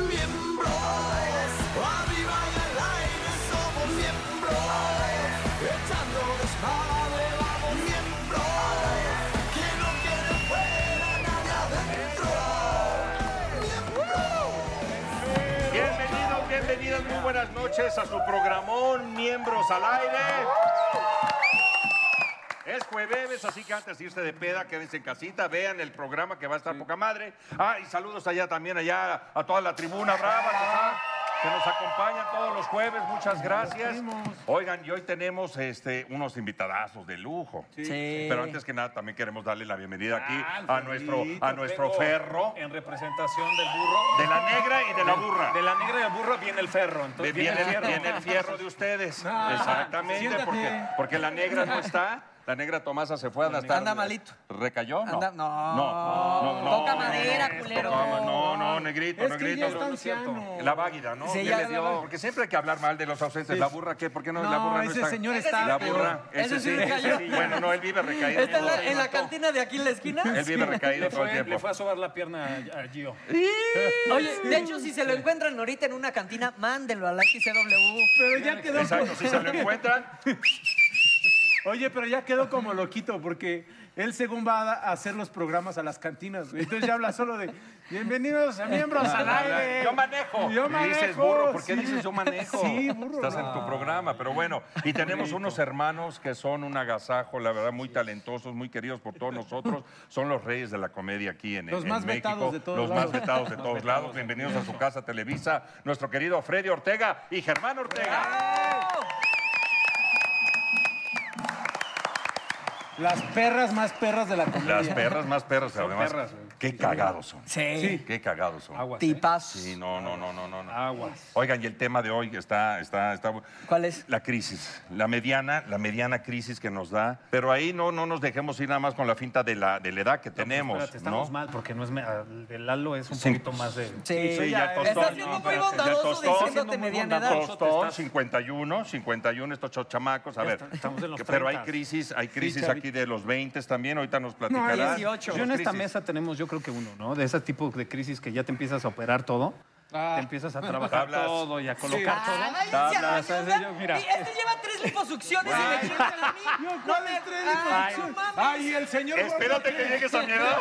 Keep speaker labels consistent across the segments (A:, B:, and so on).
A: Miembros, arriba y al aire somos miembros, echando desmadre vamos miembros, que no quede fuera nadie adentro.
B: Bienvenidos, bienvenidas, muy buenas noches a su programón Miembros al Aire. Es jueves, así que antes de irse de peda, quédense en casita, vean el programa que va a estar poca madre. Ah, y saludos allá también, allá a toda la tribuna brava que, está- que nos acompaña todos los jueves. Muchas gracias. Oigan, y hoy tenemos este, unos invitadazos de lujo.
C: Sí.
B: Pero antes que nada, también queremos darle la bienvenida aquí
C: Ah,
B: a nuestro, a
C: Ferrito,
B: nuestro
C: vengo
B: ferro.
C: En representación del burro.
B: De la negra y de la burra.
C: De la negra y del burro viene el ferro.
B: Viene,
C: Entonces viene, el fierro.
B: viene el fierro de ustedes.
C: No,
B: Exactamente,
C: siéntate.
B: porque, porque la negra no está. La negra Tomasa se fue a gastar.
D: Anda malito.
B: ¿Recayó? No.
D: Anda-
B: no.
D: no.
B: No, no, no.
D: Toca
B: no,
D: madera,
B: no,
D: culero.
B: tocaba- No, no, negrito,
C: Es que
B: negrito.
C: ya está
B: No, no es
C: anciano.
B: cierto. La váguida, ¿no?
D: Sí,
B: ¿Qué
D: ya
B: le
D: la
B: dio?
D: váguida.
B: Porque siempre hay que hablar mal de los ausentes. ¿La burra qué? ¿Por qué no? la
D: No,
B: burra
D: ese señor está
B: La
D: peor.
B: burra, ese,
D: Ese sí
B: sí.
D: recayó.
B: ese sí. Bueno, no, él vive recaído.
D: Está en
B: todo
D: la,
B: el
D: en la
B: rato.
D: cantina de aquí en la esquina.
B: Él vive recaído
C: Le
B: todo el
C: fue, le
B: tiempo.
C: fue a sobar la pierna a a Gio.
D: Oye, de hecho, si se lo encuentran ahorita en una cantina, mándenlo a la XCW.
E: Pero ya quedó,
B: Exacto, si se lo encuentran,
E: oye, pero ya quedó como loquito porque él según va a hacer los programas a las cantinas. güey. Entonces ya habla solo de bienvenidos a miembros al aire.
B: Yo manejo.
E: Yo
B: Y
E: manejo.
B: Dices burro, ¿por qué
E: sí.
B: dices yo manejo?
E: Sí, burro. Ah.
B: Estás en tu programa, pero bueno. Y tenemos unos hermanos que son un agasajo, la verdad, muy talentosos, muy queridos por todos nosotros. Son los reyes de la comedia aquí en,
E: Los
B: en
E: más
B: México.
E: vetados de todos
B: los
E: lados.
B: más vetados de todos lados. Bienvenidos a su casa Televisa, nuestro querido Freddy Ortega y Germán Ortega.
E: Las perras más perras de la comedia.
B: Las perras más perras, además.
C: perras, güey.
B: qué cagados son.
D: Sí.
B: Qué cagados son.
C: Aguas. ¿eh?
D: Tipazos.
B: Sí, no, no, no, no, no. no.
C: Aguas.
B: Oigan, y el tema de hoy está, está, está.
D: ¿Cuál es?
B: La crisis, la mediana, la mediana crisis que nos da. Pero ahí no, no nos dejemos ir nada más con la finta de la, de la edad que tenemos,
C: pues, Espérate, estamos
B: ¿no?
C: mal porque no es me- ah, el Lalo es un
B: Sí.
C: poquito más de.
D: Sí,
B: Sí, ya tostón.
D: Estás siendo
B: no,
D: muy
B: espérate, ya
D: bondadoso
B: tostón,
D: diciéndote mediana edad.
B: Tostón, 51, 51 estos cho- chamacos. A
C: Ya
B: ver,
C: está- estamos en los
B: pero hay
C: 30.
B: crisis, hay crisis aquí de los 20 también, ahorita nos
C: No,
B: platicarás.
C: es-
D: 18.
C: Yo en esta
B: Crisis.
C: mesa tenemos, yo creo que uno, ¿no? De ese tipo de crisis que ya te empiezas a operar todo.
E: Ah.
C: Te empiezas a trabajar
B: Tablas.
C: todo y a colocar todo.
D: Ay,
B: Tablas,
D: ya,
C: ese yo, mira.
D: Y este lleva tres liposucciones y me chingan a mí.
E: Yo, ¿cuál
D: me-
E: es tres
D: Ay,
E: liposucción?
D: no mames.
E: Ay, el señor.
B: Espérate que llegues a mi edad.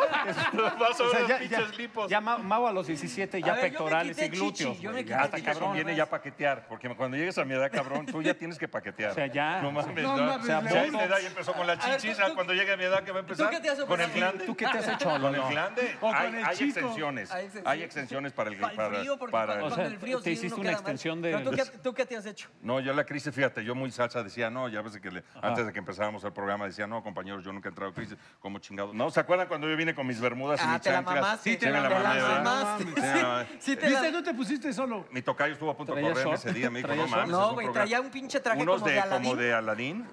B: Vas a
C: O
B: ver
C: sea,
B: los
C: ya, ya,
B: pinches lipos.
C: ya Ma- Mau a los 17, ya
D: A ver, yo me
C: pectorales
D: quité
C: y glúteos.
D: chichi, yo
C: güey,
D: me
C: ya
D: quité
C: hasta
D: chichi.
B: Te
C: cabrón.
B: conviene ya paquetear, porque cuando llegues a mi edad, cabrón, tú ya tienes que paquetear.
C: O sea, ya.
B: No mames,
E: No
B: no.
E: mames,
B: O sea,
E: León.
B: ya esta edad ya empezó con la
D: ver,
B: chichis,
D: tú-
B: ah,
D: tú-
B: cuando llegue a mi edad, que va a empezar?
D: qué te has
B: ¿Con el
D: operado?
B: glande?
C: ¿Tú qué te has hecho,
B: ¿Con el
C: Lolo?
B: glande?
E: O con
B: hay,
E: el
B: hay
E: chico.
B: exenciones.
D: Hay exenciones.
B: Hay exenciones para el,
D: Para el frío, porque
B: para-
D: cuando,
C: O sea,
D: cuando el frío
C: te
D: sí
C: hiciste
D: uno
C: una
D: queda mal.
C: extensión de-
D: Pero ¿tú, qué, tú qué te has hecho?
B: No, yo la crisis, fíjate, yo muy salsa decía, no, ya ves que le- antes de que empezáramos el programa decía, no, compañeros, yo nunca he entrado en crisis, como chingado. ¿No se acuerdan cuando yo vine con mis bermudas y
D: Ah,
B: mis
D: te la
B: chanclas?
D: mamaste.
B: Sí, te la, mamé, ¿verdad?
D: mamaste.
B: Sí, me la mamé.
D: Sí,
C: eh.
D: sí te la-
E: Viste, no te pusiste solo.
B: Mi tocayo estuvo a punto de
C: ¿Traía
B: correr
C: short?
B: ese día, me dijo,
C: ¿Traía
B: no
C: short?
B: mames.
D: No,
B: es un
D: güey,
B: programa".
D: traía un pinche traje
B: Unos
D: como de
B: Como
D: Aladín.
B: de Aladín.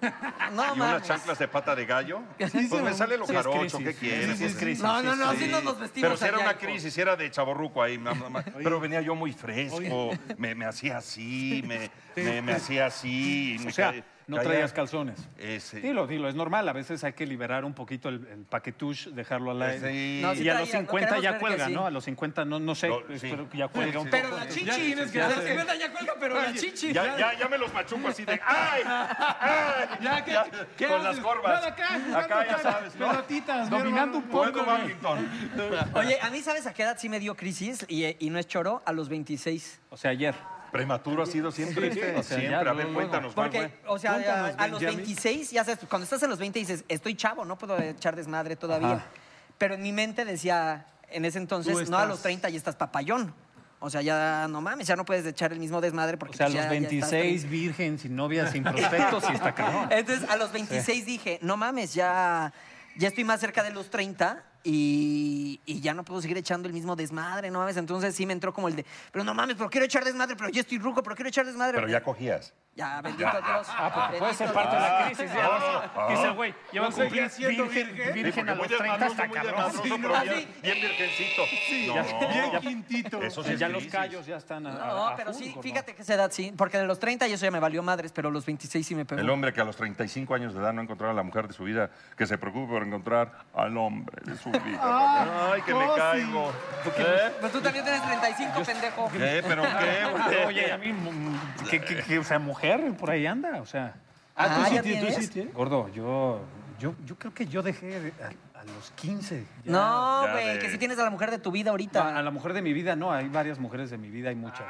D: No
B: y unas
D: mames.
B: chanclas de pata de gallo.
E: sí,
B: pues me
E: sí,
B: sale lo
C: sí, es
B: jarocho,
C: crisis.
B: ¿qué quieres? Pues,
C: Sí, sí, es crisis.
D: No, no, no, sí, no nos vestimos
B: Pero si era
D: allá,
B: una
D: hijo.
B: crisis, si era de chaborruco ahí. nada más. Pero venía yo muy fresco, me, me hacía así, me, me, me hacía así.
C: O sea, no traías calzones.
D: Eh,
B: Ese.
C: Dilo, dilo, es normal. A veces hay que liberar un poquito el, el paquetuche, dejarlo al aire.
B: Sí.
D: No,
C: Y
D: sí
C: a
D: traía,
C: los
D: no
C: 50
D: queremos
C: ya
D: ver que
C: cuelga,
D: sí.
C: ¿no? A los 50, no, no sé,
B: No, sí.
C: espero que ya cuelga un
D: Pero
C: poco.
D: la chichi.
E: tienes que
D: a
E: hacer-
D: la civeta ya cuelga, pero la chichi.
B: Ya, ya, ya me los machuco así de ¡ay! ¡ay!
E: Ya, ¿qué- qué
B: con
E: haces?
B: las corvas.
E: Nada, acá, jugando
B: acá ya
E: acá,
B: sabes. ¿no?
E: pelotitas, mi hermano.
C: Dominando un poco.
B: Jugando badminton.
D: Oye, a mí, ¿sabes a qué edad sí me dio crisis? Y, eh, y no es choro, a los 26.
C: O sea, ayer.
B: Prematuro ha sido siempre este.
F: o sea,
B: siempre.
F: ya
B: A ver,
F: luego,
B: cuéntanos, ¿eh? ¿cuál
D: Porque,
B: fue?
D: o sea, a,
E: Cuéntanos,
D: a los
E: Benjamin.
D: 26, ya sabes, cuando estás en los 20 dices, estoy chavo, no puedo echar desmadre todavía. Pero en mi mente decía, en ese entonces,
E: Tú
D: no a
E: estás-
D: los 30 ya estás papayón. O sea, ya no mames, ya no puedes echar el mismo desmadre porque
F: O sea, a
D: pues,
F: los
D: ya- ya estás
F: 26
C: virgen, sin novia, sin prospectos y está cabrón.
D: Entonces, a los 26 dije, no mames, ya, ya estoy más cerca de los 30 y, y ya no puedo seguir echando el mismo desmadre, no mames. Entonces sí me entró como el de, pero no mames, pero quiero echar desmadre, pero yo estoy ruco, pero quiero echar desmadre.
B: Pero ya cogías.
D: Ya, bendito Dios.
F: Ah,
C: pues,
F: porque puede ser
D: bendito
F: parte de
D: Dios.
F: la crisis. ya ves.
D: Ah.
F: Dice, güey, lleva a
E: No seguía
F: cumplir
E: siendo
F: virgen,
E: virgen.
B: Sí,
C: Virgen
B: porque
C: a los
B: muy
C: 30
B: desmadroso,
C: está
B: muy
C: cabrón.
B: desmadroso,
E: Sí,
B: pero
E: no,
B: bien-
D: sí.
B: Bien virgencito. No,
E: Bien quintito.
B: Eso sí es
C: Eh, ya los
B: crisis.
C: callos ya están a,
D: No,
C: a- a
D: pero
C: full,
D: sí,
C: ¿no?
D: fíjate que esa edad sí, porque de los 30 y eso ya me valió madres, pero los 26 sí me pegó.
B: El hombre que a los 35 años de edad no encontraba a la mujer de su vida, que se preocupe por encontrar al hombre de su vida. Ay, que me
E: Cosi.
B: caigo. ¿Eh?
D: Pero tú también tienes 35, pendejo.
B: ¿Qué? ¿Pero qué?
C: Oye, a mí, mm, que, que- que, o sea, mujer por ahí anda, o sea.
E: Ah, tú
D: Ah,
E: sí
D: ¿ya
E: tienes, tú
D: tienes?
E: sí tienes.
C: Gordo, yo, yo, yo creo que yo dejé de- a, a los 15. ya.
D: no,
B: ya
D: güey,
B: de-
D: que si tienes a la mujer de tu vida ahorita.
C: A, a la mujer de mi vida, no, hay varias mujeres de mi vida, hay muchas.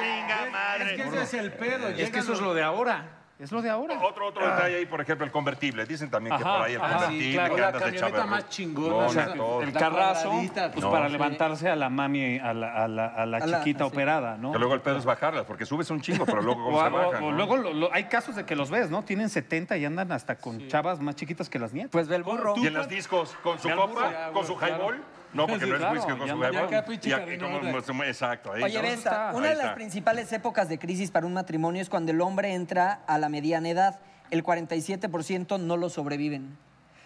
B: Venga,
E: Es que
B: madre.
E: Ah, ese es el pedo.
C: es que eso es lo de ahora. Es lo de ahora.
B: Otro, otro detalle ahí, por ejemplo, el convertible. Dicen también que
C: Ajá,
B: por ahí el
C: ajá, sí,
B: convertible,
C: claro.
B: que
E: La
B: andas de
E: camioneta
B: chaverruco.
E: más chingona,
B: No,
E: o sea,
B: todo.
C: El
E: La
C: carrazo,
E: cuadradita,
C: pues
E: no.
C: para
E: Sí.
C: levantarse a la mami, a la, a la, a la
D: A la-
C: chiquita
D: sí.
C: operada, ¿no?
B: Que luego el pedo es bajarlas, porque subes un chingo, pero luego
C: O,
B: cómo se
C: o-
B: bajan,
C: o
B: ¿no?
C: luego lo- lo- hay casos de que los ves, ¿no? Tienen 70 y andan hasta con chavas más chiquitas que las nietas.
D: Pues ve el burro.
B: Y en las discos, con su
C: Me
B: copa,
C: aburro.
E: Ya,
B: con
E: güey,
B: su
E: claro.
B: highball. No, porque
C: Sí,
B: no es
C: claro,
B: whisky con
C: ya
B: su
C: anda-
B: highball.
E: ya acá, pinche
B: Y aquí
E: cadenota.
B: como- exacto, ahí.
D: Oye,
B: ¿no?
D: Besta, una
B: Ahí
D: de las
B: está.
D: principales épocas de crisis para un matrimonio es cuando el hombre entra a la mediana edad. El 47% no lo sobreviven.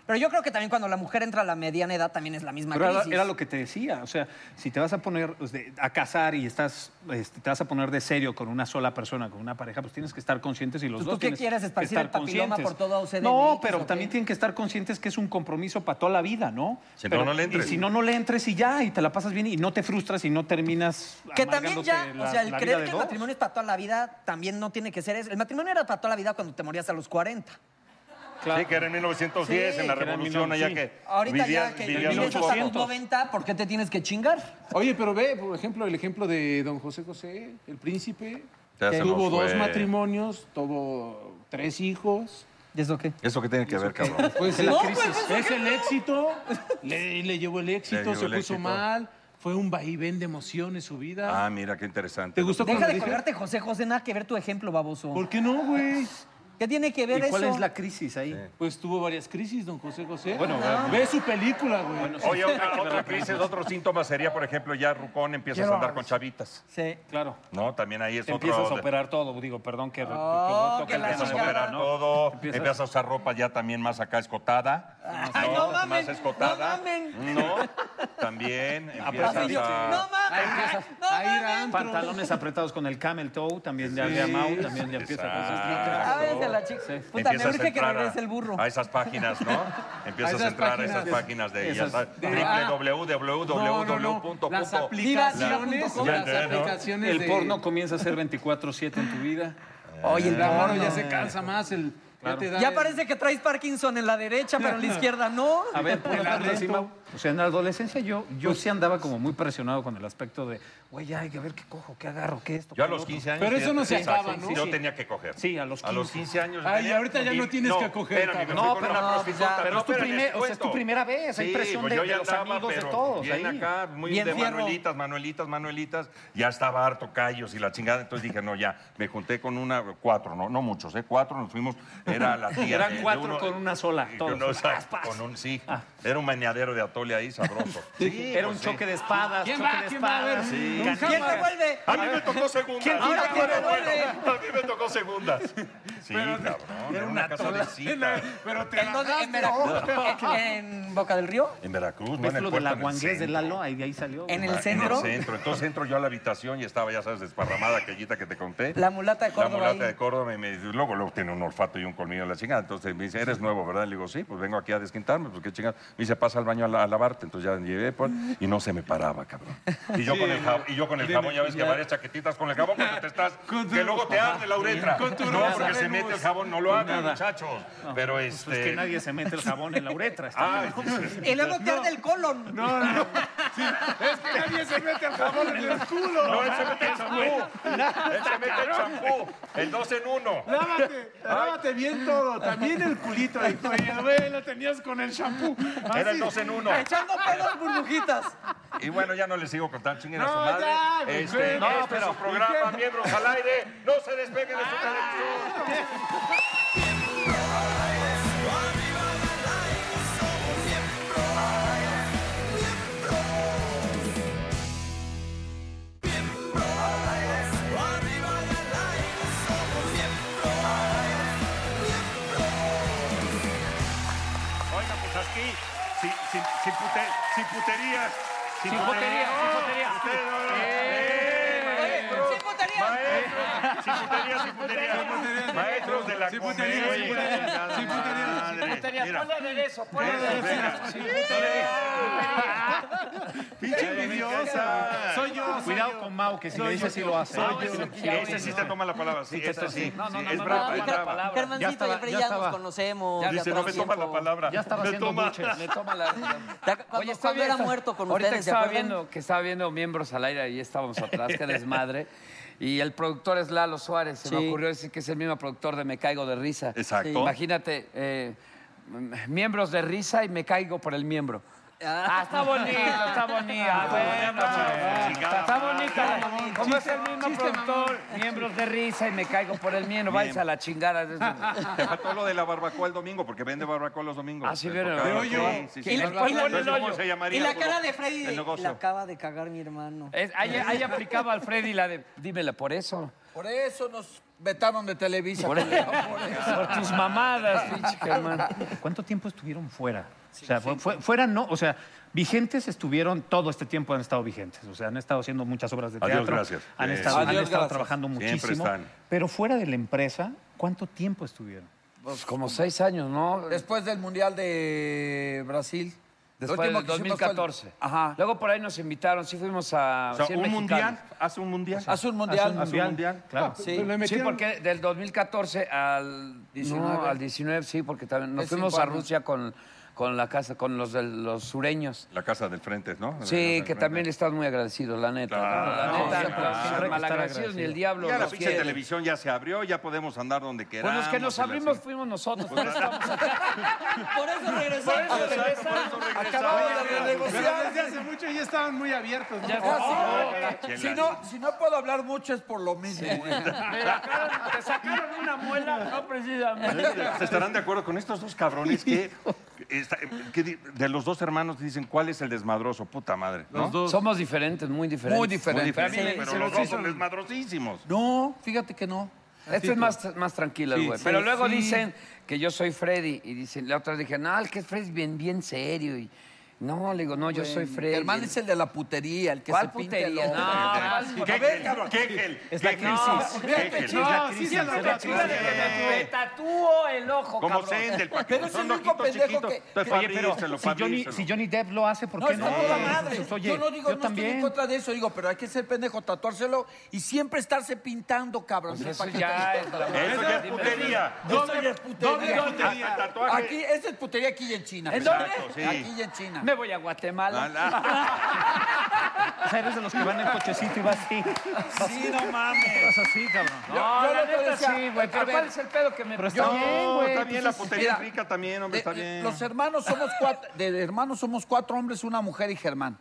D: Pero yo creo que también cuando la mujer entra a la mediana edad también es la misma
C: Pero era,
D: crisis.
C: era lo que te decía, o sea, si te vas a poner o sea, a casar y estás, este, te vas a poner de serio con una sola persona, con una pareja, pues tienes que estar conscientes y los
D: ¿Tú-
C: dos
D: tú qué
C: tienes
D: quieres,
C: que
D: esparcir
C: estar
D: el papiloma
C: conscientes.
D: por todo OCDMX,
C: No,
D: o
C: pero
D: qué?
C: también tienen que estar conscientes que es un compromiso para toda la vida, ¿no?
B: Si no,
C: Pero-
B: no le entres.
C: Y si no, no le entres y ya, y te la pasas bien y no te frustras y no terminas
D: Que también
C: amargándote
D: ya,
C: la-
D: o sea, el
C: la
D: creer
C: vida de
D: que el
C: dos.
D: matrimonio es para toda la vida también no tiene que ser eso. El matrimonio era para toda la vida cuando te morías a los 40.
C: Claro.
B: Sí, que era en 1910,
D: Sí,
B: en la
C: que era en
B: revolución, allá
C: 1900, sí.
B: que.
D: Ahorita
B: vivías-
D: ya que
B: vivías
D: vives hasta
B: mucho.
D: los
C: 800.
D: 90, ¿por qué te tienes que chingar?
F: Oye, pero ve, por ejemplo, el ejemplo de don José José, el príncipe,
B: Ya
F: que
B: se
F: tuvo
B: nos fue.
F: dos matrimonios, tuvo tres hijos.
D: ¿Y eso qué?
B: Eso que tiene que ver, cabrón.
F: Pues
D: No,
F: la
D: pues,
F: crisis.
D: pues,
F: es el éxito, le, le llevó el éxito,
B: Le llevó
F: se
B: el
F: puso
B: éxito.
F: mal, fue un vaivén de emociones su vida.
B: Ah, mira, qué interesante.
F: ¿Te gustó
D: Deja
F: cuando
D: de
F: dije?
D: colgarte, José José, nada que ver tu ejemplo, baboso.
F: ¿Por qué no, güey?
D: ¿Qué tiene que ver
C: ¿Y cuál
D: eso?
C: es la crisis ahí?
F: Pues tuvo varias crisis, don José José. Bueno, ve su película, güey.
B: Oye, otra, otra crisis, otro síntoma sería, por ejemplo, ya Rucón empiezas a andar con chavitas.
D: Sí.
C: Claro.
B: No, también ahí es
C: Te
B: otro.
C: empiezas a operar todo, digo, perdón que... re- que toque
D: Oh, que
C: el
D: la
B: Empiezas
C: tema
B: a
C: de
D: chingada.
B: operar
C: operar, ¿no?
B: todo,
C: Empiezas-
B: empiezas... a usar ropa ya también más acá escotada.
D: Ay, no mamen,
B: Más escotada.
D: no mamen.
B: No, también empiezas
D: Así yo,
B: a...
D: No mames. No
F: a ir a
D: mames.
F: antro.
C: Pantalones apretados con el camel toe, también ya de Amau, también ya empieza a
B: Exacto.
D: A ver, la chica. Puta, me
B: Empiezas a
D: urge que
B: entrar a-
D: regrese el burro.
B: A esas páginas, ¿no? Empiezas a,
F: esas
B: entrar a esas
F: páginas.
B: páginas de...
C: Esas-
F: Ah. No, no, no. Las
B: www.www.com.
F: aplicaciones,
B: Ya
F: las
B: entré, ¿no?
F: aplicaciones
C: El
F: de-
C: porno comienza a ser 24-7 en tu vida.
D: Oye, el
F: Claro,
D: porno.
F: ya se cansa más el... Ya, te da
D: Ya
F: el-
D: parece que traes Parkinson en la derecha, pero en la izquierda no.
C: A ver,
F: El
C: ¿cuántas
F: arresto.
C: encima? O sea, en la adolescencia yo, yo sí andaba como muy presionado con el aspecto de, güey, ya hay que ver qué cojo, qué agarro, qué esto.
B: Yo a
C: qué
B: los
C: lo
B: 15 años.
F: Pero eso no se
B: fíjate,
F: acaba, ¿no?
B: Yo
F: Sí.
B: tenía que coger.
C: Sí, a los
B: A los
C: 15.
B: 15 años. yo
F: Ay,
B: tenía-
F: ahorita ya no tienes que coger, cabrón.
B: espérame, me fui
C: No,
B: con
C: pero
B: una
C: no, pues
B: prostituta,
C: pero es tu
B: espérame,
C: primer- o sea, es
B: cuento.
C: tu primera vez, hay presión de-
B: pues yo
C: de
B: ya
C: los
B: andaba,
C: amigos, de
B: pero
C: todos,
B: Bien
C: ahí.
B: acá, muy
D: Bien
B: de
D: fierro.
B: Manuelitas, Manuelitas, Manuelitas. Ya estaba harto callos y la chingada. Entonces dije, no, ya. Me junté con una, cuatro, no, no muchos, ¿eh? Cuatro, nos fuimos. Era la tía.
C: Eran
B: de- de
C: cuatro
B: uno-
C: con una sola,
B: y
C: todos. Ah.
B: Con, o sea, con un sí. Era un maneadero de atole ahí, sabroso. Sí,
C: Era
B: pues
C: un
B: sí.
C: choque de espadas,
F: ¿Quién
C: choque
F: va?
C: de
F: ¿Quién va? A ver,
C: espadas.
F: sí.
C: Gané.
D: ¿Quién te vuelve?
B: A mí me tocó segunda.
D: Ahora
B: Ah,
D: quién te
B: bueno,
D: duele?
B: bueno, a mí me tocó segunda. Sí, cabrón. Era una, casa de citas.
E: Pero te
D: ¿En dónde? ¿En Veracruz? ¿En Boca del Río?
B: En Veracruz, no en
C: ¿Ves
B: el
C: lo
B: puerto,
C: de la
B: en el
C: guangués de
B: centro. Ah,
C: Lalo? Ahí de ahí salió.
D: En
C: güey.
D: el
B: En
D: centro.
B: el centro. Entonces entro yo a la habitación y estaba, ya sabes, desparramada aquellita que te conté.
D: La mulata de Córdoba
B: La mulata
D: ahí.
B: de Córdoba. Y me dice, luego, luego tiene un olfato y un colmillo en la chingada. Entonces me dice, eres nuevo, ¿verdad? Le digo, sí, pues vengo aquí a desquintarme, pues qué chingada. Me dice, pasa al baño a, la- a lavarte. Entonces ya llevé, pues, y no se me paraba, cabrón. Y yo, con, el jabón, y yo con el jabón, ya ves que varias chaquetitas con el jabón, porque te estás,
E: Con tu-
B: que luego te arde la uretra.
E: Con tu
B: no,
E: rosa
B: porque se
E: Venus.
B: mete el jabón, no lo hagan, muchachos. Pero este...
C: Pues que nadie se mete el jabón en la uretra. está
B: Ah,
C: cabrón.
D: Y luego te arde el colon.
E: No, no, no. Es que nadie se mete al jabón en el culo.
B: No, él se mete el champú. Él se mete el champú. El dos en uno.
E: Lávate, lávate bien todo, también el culito. Y, oye, güey, lo tenías con el shampoo. Ah,
B: Era el
E: Así.
B: dos en uno.
D: Echando pedos burbujitas.
B: Y bueno, ya no les sigo contando chinguen a
E: No,
B: su madre.
E: ya, güey,
B: este,
E: güey.
B: no,
E: No,
B: este es
E: pero-
B: su programa, miembros al aire. No se despeguen de su televisión. Oiga, pues aquí, sin, sin, sin, pute- sin puterías. Sin,
G: joterías, sin joterías.
B: Ustedes no, no.
D: Oye,
B: Eh,
D: sin puterías.
B: Maestros, sin puterías, sin puterías. Maestros de la
E: Sin puterías, sin
B: comedia.
E: puterías, sin puterías,
B: Madre, mira.
G: aderezo, ponle
B: Venga, venga.
E: Pinche envidiosa. Soy yo, soy
C: Cuidado
E: yo.
C: con Mau, que si le
E: Soy
C: dices
E: yo,
C: sí lo hace.
G: soy yo.
B: Sí, ese sí te toma la palabra. Sí, ese sí.
C: No, no,
B: Sí,
C: no,
B: Es
C: no,
B: brava,
C: no,
B: es
C: no,
B: brava.
G: Ya
D: Germancito
G: estaba,
D: y Efraín
G: ya
D: ya
G: estaba.
D: nos conocemos.
G: Ya
D: ya
B: Dice,
D: atrás
B: no me toma la
D: tiempo.
B: palabra.
G: Ya estaba
B: me
G: haciendo
B: toma.
G: buches.
B: Sí,
G: Me toma la...
D: Ya cu- Cuando,
G: estaba
D: cuando
G: viendo-
D: era muerto con
G: ahorita que
D: ustedes, ¿se
G: estaba
D: acuerdan?
G: viendo que estaba viendo miembros al aire y estábamos atrás, qué desmadre. Y el productor es Lalo Suárez, se me
D: Sí.
G: ocurrió decir que es el mismo productor de Me Caigo de Risa.
B: Exacto. Sí.
G: Imagínate, eh, m- miembros de risa y me caigo por el miembro. Ah, está bonito, está bonito. Ah, bueno, bueno.
B: chingada
G: está
B: madre.
G: bonita. la- Como es el mismo productor, miembros de risa y me caigo por el miembro, vais a la chingada. de eso.
B: Te faltó lo de la barbacoa el domingo, porque vende barbacoa los domingos.
G: Ah, sí,
B: El
G: vieron.
B: tocado.
G: De hoyo.
B: Sí, sí,
D: Y
B: sí.
D: la-
B: Entonces,
D: y la-
B: ¿Cómo se llamaría?
D: Y la
B: tu-
D: cara de Freddy
B: el
D: de,
B: negocio?
D: la acaba de cagar mi hermano.
G: Es- ahí, ahí aplicaba al Freddy la de, dímela por eso.
H: Por eso nos vetaron de Televisa.
G: Por, por tus mamadas, pinche Germán.
C: ¿Cuánto tiempo estuvieron fuera? o sea, fue- fue- fuera no, o sea, vigentes estuvieron todo este tiempo han estado vigentes, o sea, han estado haciendo muchas obras de
B: Adiós,
C: teatro,
B: gracias.
C: han
B: Sí.
C: estado, han
H: Adiós,
C: estado
H: gracias.
C: trabajando
B: Siempre
C: muchísimo,
B: están.
C: pero fuera de la empresa, ¿cuánto tiempo estuvieron?
G: Pues como seis años, ¿no?
H: Después del Mundial de Brasil. lo
G: Después
H: último
G: del
H: que hicimos fue el-
G: 2014.
H: Ajá.
G: Luego por ahí nos invitaron, sí fuimos a.
B: O sea,
G: sí, en
B: un
G: Mexicali.
B: mundial, hace un mundial.
H: Hace un Mundial.
B: Hace un mundial.
C: Claro.
H: Sí.
F: Pero le
G: Sí,
F: metieron-
G: porque del 2014 al 19,
H: 19.
G: al 19 sí, porque también nos
H: Es
G: fuimos
H: cinco
G: a
H: años.
G: Rusia con, con la casa, con los de los sureños.
B: La casa del frente, ¿no?
G: Sí, que también están muy agradecidos, la neta.
B: Claro,
G: la
B: no,
G: neta,
B: siempre,
G: los
C: siempre hay que
G: malagradecidos
C: estar
G: ni el diablo.
B: Ya la
G: los
B: pinche
G: quiere.
B: televisión ya se abrió, ya podemos andar donde
G: Pues
B: queramos.
G: los que nos
B: y la-
G: abrimos fuimos nosotros, por eso estamos
D: Por eso regresamos.
H: Acabamos de
E: Pero
H: renegociar.
E: desde hace mucho ya estaban muy abiertos. ¿no?
B: Chela.
H: Si no, si no puedo hablar mucho es por lo mismo.
G: Te sacaron una muela, no precisamente.
B: ¿Se estarán de acuerdo con estos dos cabrones que, está- que di- de los dos hermanos dicen cuál es el desmadroso? Puta madre. ¿no?
F: Los dos.
G: Somos diferentes, muy diferentes.
H: Muy diferentes.
B: Muy diferentes,
H: Sí,
B: pero
H: sí,
B: los
H: sí,
B: dos
H: son-
B: son desmadrosísimos.
H: No, fíjate que no.
G: Este es más, más tranquilo, el
F: Sí,
G: güey.
F: sí,
G: Pero luego
F: sí.
G: dicen que yo soy Freddy. Y dicen, la otra dije, no, el que es Freddy es bien, bien serio. Y no, le digo, no, yo soy Freddy.
H: Germán es el de la putería, el que
G: ¿Cuál
H: se pinta el
G: putería?
H: ojo.
G: No. Ah,
B: ¿Qué, qué, qué,
C: Es la crisis.
E: No, sí se lo
G: Me tatúo el ojo,
B: Como
G: cabrón.
B: Zen del
H: Pero
B: Paquito.
H: es
B: Son
H: el único
B: loquitos
H: pendejo
B: chiquitos.
H: que-
B: Entonces,
C: Oye, pero
B: abrírselo,
C: si
B: para
C: Johnny,
B: abrírselo.
C: si Johnny Depp lo hace, ¿por
H: No,
C: qué
H: está
C: no?
H: toda madre.
C: Pues, oye,
H: yo no digo, no estoy en
C: también.
H: contra de eso. Digo, pero hay que ser pendejo, tatuárselo y siempre estarse pintando, cabrón.
G: Eso
H: ¿Para qué
G: ya
H: te-
G: es la
B: Eso ya es
G: Dime.
B: putería.
H: Eso ya es
E: Doble
H: putería.
B: Hasta el
E: tontería.
B: tatuaje.
H: Aquí, esa es putería aquí y en China.
G: ¿En dónde?
B: Exacto, sí.
H: Aquí y en China.
G: Me voy a Guatemala.
C: O sea, eres de los que van en el cochecito y vas así.
H: Sí, no mames.
C: Vas así, cabrón.
G: No,
H: yo
G: la
H: lo que
G: neta
H: decía,
G: sí, güey.
H: a
G: Pero
H: ver,
G: ¿cuál es el pedo que me...
C: Pero está bien,
B: No,
C: güey.
B: está bien, la putería
H: Mira,
B: es rica también, hombre,
H: De-
B: está
H: de-
B: bien.
H: Los hermanos somos cuatro, de hermanos somos cuatro hombres, una mujer y Germán.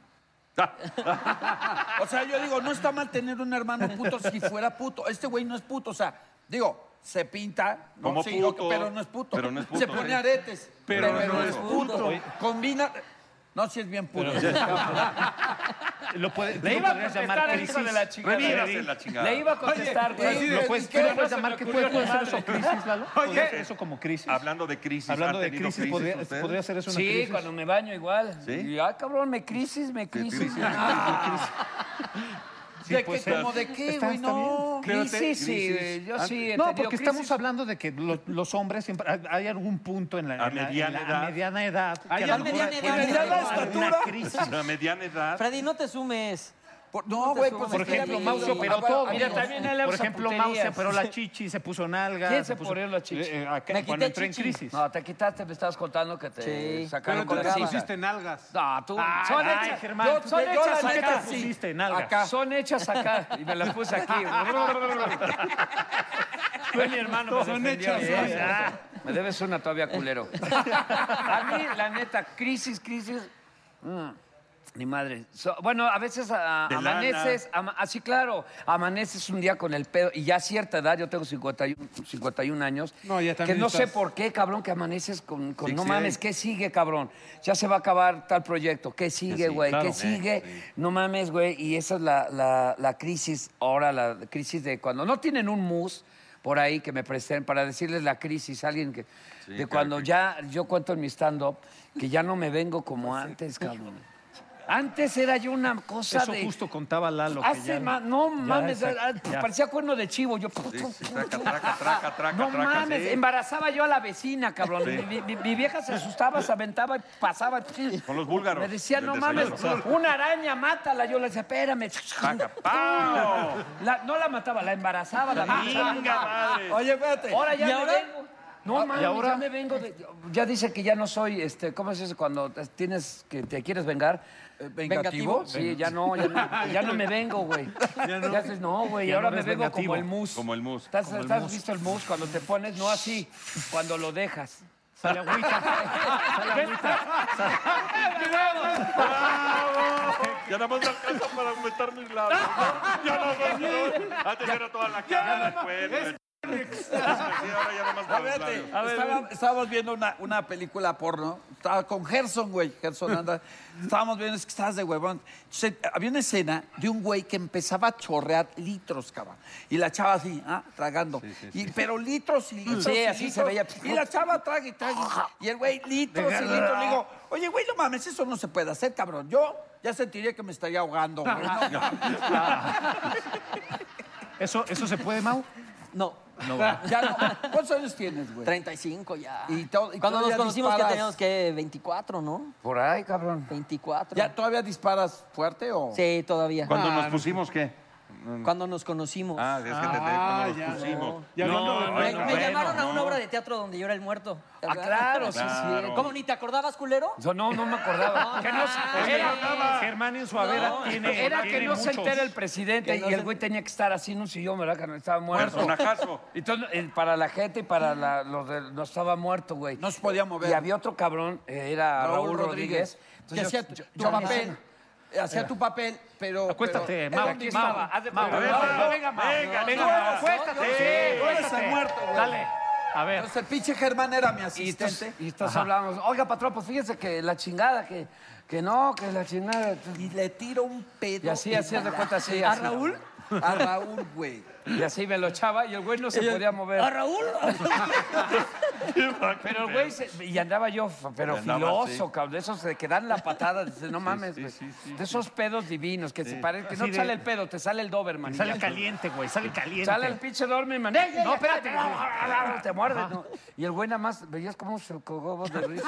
H: O sea, yo digo, no está mal tener un hermano puto si fuera puto. Este güey no es puto, o sea, digo, se pinta, ¿no?
B: Como
H: Sí, ok,
B: puto,
H: pero no es puto.
B: pero no es puto,
H: Se pone
B: sí.
H: aretes, pero, no es puto.
C: Oye.
H: Combina, no, si es bien puto.
C: Lo puede- tú
G: Le
C: lo
G: iba a
C: podrías
G: contestar
C: llamar
G: al hijo
C: crisis.
G: de la chica.
B: Revírase la chingada.
G: Le iba a contestar, güey.
H: Oye,
C: ¿Lo puedes, tú lo
H: ¿qué?
C: puedes llamar, que puede, puede ser eso crisis, Lalo? ¿Podría ser eso como crisis?
B: Hablando de crisis,
C: Hablando
B: ¿han
C: de
B: tenido
C: crisis,
B: crisis
C: podría,
B: ustedes?
C: podría ser eso una
G: Sí,
C: crisis.
G: cuando me baño igual.
B: ¿Sí?
G: Y, ah, cabrón, me Ah. crisis, me crisis.
B: crisis.
H: ¿De
C: pues,
H: qué?
C: está-
H: ¿Cómo de qué,
C: está-
H: güey?
C: está bien.
H: No.
G: Crisis, sí, güey, yo sí. he
C: No,
G: tenido
C: porque estamos
G: crisis.
C: hablando de que lo- los hombres siempre hay algún punto en la,
B: A
C: en la- en
B: mediana
C: la-
B: edad.
C: a mediana edad. que
E: Hay
C: a lo
E: alguna-
C: mejor
H: mediana
C: puede ser
H: edad.
B: Pues
C: una crisis.
B: A mediana edad.
D: Freddy, no te sumes.
H: Por- no, güey, pues
G: Por
H: es que
G: ejemplo,
H: ya-
G: Mau se operó
H: Ah, bueno,
G: todo.
H: a mí
G: Mira,
H: no.
G: también él
C: Por
G: usa
C: ejemplo,
G: puterías.
C: Mau se operó la chichi, se puso nalga.
G: ¿Quién se
C: puso-
G: ponió la chichi?
C: Eh, eh, acá, cuando entró en crisis.
G: No, te quitaste, me estabas contando que te
D: Sí.
G: sacaron
E: Pero
G: con
E: te
G: la
E: la
G: cinta.
E: pusiste en algas.
G: No, tú.
C: Ay,
G: son
C: ay,
G: hechas,
C: Germán,
G: yo-
C: tú
G: son
C: te-
G: hechas
C: ¿tú qué
G: acá.
C: te pusiste, nalga?
G: Acá. Son hechas acá. Y me las puse aquí.
C: Fue mi hermano. me
E: Son
C: defendió.
E: hechas,
C: Eh,
E: son-
C: ah.
G: me debes una todavía culero. A mí, la neta, crisis, crisis. mm, Ni madre. So- bueno, a veces a-
B: De
G: amaneces, ama- así claro, amaneces un día con el pedo y ya a cierta edad, yo tengo 51, 51 años,
F: No, ya
G: que
F: también
G: no sé
F: estás-
G: por qué, cabrón, que amaneces con, con,
F: Sí,
G: no
F: sí.
G: mames, ¿qué sigue, cabrón? Ya se va a acabar tal proyecto, ¿qué sigue, güey?
C: claro.
G: ¿Qué
C: Sí,
G: sigue? No mames, güey. Y esa es la, la- la crisis, ahora la crisis de cuando no tienen un mus por ahí que me presten para decirles la crisis, alguien que... de cuando ya, yo cuento en mi stand-up, que ya no me vengo como
C: Pues
G: antes, cabrón. Antes era yo una cosa
C: Eso
G: de...
C: justo contaba Lalo. que
G: Hace
C: ya-
G: ma- no
C: ya,
G: mames,
C: exacto,
G: ah,
C: ya.
G: parecía cuerno de chivo. Yo.
B: traca, traca, traca, traca,
G: no
B: traca,
G: mames,
B: sí.
G: embarazaba yo a la vecina, cabrón. Mi, mi- mi vieja se asustaba, se aventaba, pasaba.
B: Con los búlgaros.
G: Me decía,
B: del
G: no mames,
B: desayuno.
G: una araña, mátala. Yo le decía, espérame.
B: Paca, ¡pau!
G: La- no la mataba, la embarazaba, la
B: Ah, ¡Chinga
G: mataba.
B: madre!
H: Oye, espérate.
D: Oh,
G: Ahora ya
H: ¿Y
G: me
H: ahora?
G: vengo. Ah, No, mames,
C: ahora?
G: ya me vengo de- Ya dice que ya no soy, este, ¿cómo es eso? Cuando te- tienes que te quieres vengar.
H: Eh, ¿vengativo?
G: Sí, ya no, ya no, ya no me vengo, güey. Ya no, no güey,
C: Ya
G: ahora
C: no
G: me
C: eres
G: vengo
C: vengativo.
G: como el mus.
B: Como el mus.
G: ¿Estás, estás visto el mus cuando te pones? No así, cuando lo dejas.
C: Sale agüita. Sale agüita.
B: Ya nada más me alcanza para aumentar mis labios. Ya nada más. Antes era toda la cara, el cuello. el- Sí, ahora ya nada más para los
H: Ah, Espérate,
B: labios.
H: estaba- estábamos viendo una, una película porno. Estaba con Gerson, güey. Gerson anda. Estábamos viendo, es que estabas de huevón. Entonces, había una escena de un güey que empezaba a chorrear litros, cabrón. Y la chava así, ah, tragando. Y- Pero litros y litros.
G: Sí,
H: y
G: así
H: litros.
G: se veía.
H: Y la chava traga y traga. Y el güey, litros y litros. Le digo, oye, güey, no mames, eso no se puede hacer, cabrón. Yo ya sentiría que me estaría ahogando, güey. No,
C: ¿Eso, ¿Eso se puede, Mau?
D: No,
H: ya no. ¿Cuántos años tienes, güey?
D: 35 ya.
H: Y to- y
D: Cuando nos
H: todavía
D: conocimos que
H: disparas.
D: teníamos que 24, ¿no?
G: Por ahí, cabrón.
D: 24.
H: ¿Ya todavía disparas fuerte o...?
D: Sí, todavía.
B: Cuando
G: Ah,
B: nos pusimos, ¿qué?
D: Cuando nos conocimos.
B: Ah, es que te, cuando nos pusimos.
E: Y hablando de-
D: Me,
B: no,
D: me
B: bueno,
D: llamaron a una
B: no.
D: obra de teatro donde yo era el muerto. ¿Te
G: Ah,
D: acuerdas?
G: claro, sí,
B: Claro.
G: sí.
D: ¿Cómo ni te acordabas, culero?
G: No, no, no me acordaba. Que no se- era,
C: Germán en su avera tiene.
G: era que
C: tiene
G: no se
C: muchos.
G: entera el presidente
D: Que no
G: y el
D: se-
G: güey tenía que estar así en un sillón, ¿verdad? Que no estaba muerto.
B: Personajazo.
G: Entonces, eh, para la gente y para la- los de- no estaba muerto, güey.
H: No se podía mover.
G: Y había otro cabrón, eh, era Raúl, Rodríguez.
H: que
G: Entonces,
H: hacía
G: yo-
H: tu,
G: yo-
H: tu
G: yo-
H: papel. Hacía tu papel, pero.
C: Acuéstate,
H: pero-
C: Mau.
H: era
C: aquí
H: un
C: Mau,
H: disparo.
G: haz de
C: Mau,
G: cuenta.
C: a ver,
G: No,
C: Mau,
G: venga, Mau.
C: Venga,
G: No,
C: venga,
G: no,
C: Mau,
G: no,
C: acuéstate.
G: yo-
C: Sí,
G: yo-
H: tú eres el
C: acuéstate.
H: muerto, güey.
C: Dale. A ver.
H: Entonces, el pinche Germán era mi
G: Y entonces,
H: asistente.
G: y entonces hablamos, oiga, patrón, pues fíjese que la chingada, que, que no, que la chingada.
H: Y le tiro un pedo.
G: Y así, así, haz de cuenta, así,
H: ¿A
G: así.
H: Raúl? A Raúl, güey.
G: Y así me lo echaba y el güey no se podía mover.
D: ¿A Raúl?
G: Pero el güey, se- y andaba yo, f- pero
B: Y andaba
G: filoso, cabrón. De esos de que dan la patada, dices, no mames, güey. De esos pedos divinos que se parecen, que no
C: Así
G: te
C: de-
G: sale el pedo, te sale el Doberman. y
C: Sale
G: ya.
C: caliente, güey. Sale caliente.
G: Sale el pinche Doberman. ¡Ey, ey,
C: No,
G: ey,
C: espérate.
G: ¡Eh, Te muerde. ¿no? Y el güey nada más, veías cómo se cogó de risa.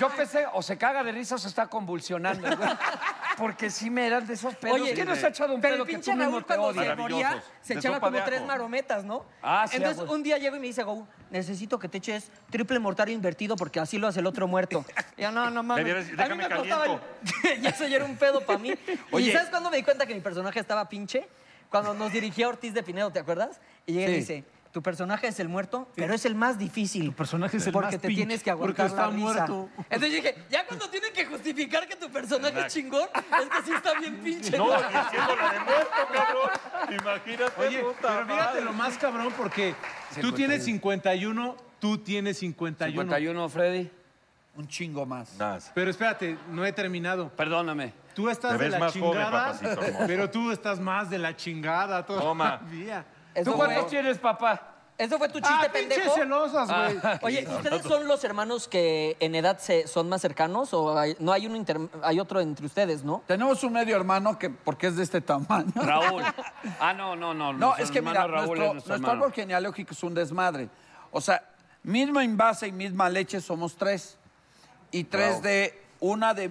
G: Yo pensé, o se caga de risa o se está convulsionando. el güey. Porque sí me eran de esos pedos.
D: Oye,
G: ¿Quién no se ha echado un
D: Pero
G: pedo
D: el
G: que
D: pinche
G: tú mismo
D: Raúl
G: te
D: cuando se
G: odias?
D: moría
B: Maravillosos.
D: se
B: De
D: echaba
B: sopa
D: como
B: de
D: tres
B: ajo.
D: marometas, ¿no?
G: Ah, sí,
D: Entonces
G: ajo.
D: un día llego y me dice, Gou, necesito que te eches triple mortario invertido porque así lo hace el otro muerto. Y yo, no, no mames.
B: Me vieras-
D: a mí
B: déjame
D: me costaba
B: caliento.
D: el- y eso ya era un pedo para mí.
H: Oye.
D: ¿Y sabes cuándo me di cuenta que mi personaje estaba pinche? Cuando nos dirigía Ortiz de Pinedo, ¿te acuerdas? Y llega
H: Sí.
D: y dice, tu personaje es el muerto, pero es el más difícil. Tu
C: personaje es el
D: porque
C: más
D: te
C: pinche,
D: tienes que aguantar
E: porque está
D: la risa".
E: muerto.
D: Entonces dije, ya cuando tienen que justificar que tu personaje es chingón, es que sí está bien pinche.
B: No, y haciéndole de muerto, cabrón. Imagínate,
E: Oye,
B: puta
E: pero fíjate
B: madre.
E: lo más cabrón porque
G: pues,
E: tú tienes 51, tú tienes 51.
G: 51, Freddy.
H: Un chingo más.
B: Nas.
E: Pero espérate, no he terminado.
G: Perdóname.
E: Tú
B: Te
E: estás de
B: ves
E: la
B: más joven,
E: chingada,
B: papacito hermoso.
E: pero tú estás más de la chingada
B: Toma.
E: todavía.
D: Eso
G: ¿Tú
D: fue-
G: cuántos tienes, papá?
D: Eso fue tu chiste,
E: Ah, pinches
D: pendejo.
E: celosas, güey.
G: Ah.
D: Oye, ¿ustedes son los hermanos que en edad se, son más cercanos o hay- no hay uno inter- hay otro entre ustedes, no?
H: Tenemos un medio hermano que, porque es de este tamaño.
G: Raúl. Ah, no, no,
H: No,
G: no. nuestro
H: es que mira,
G: hermano Raúl
H: nuestro,
G: es nuestro
H: nuestro
G: hermano.
H: árbol genealógico es un desmadre. O sea, mismo envase y misma leche somos tres. Y tres de una de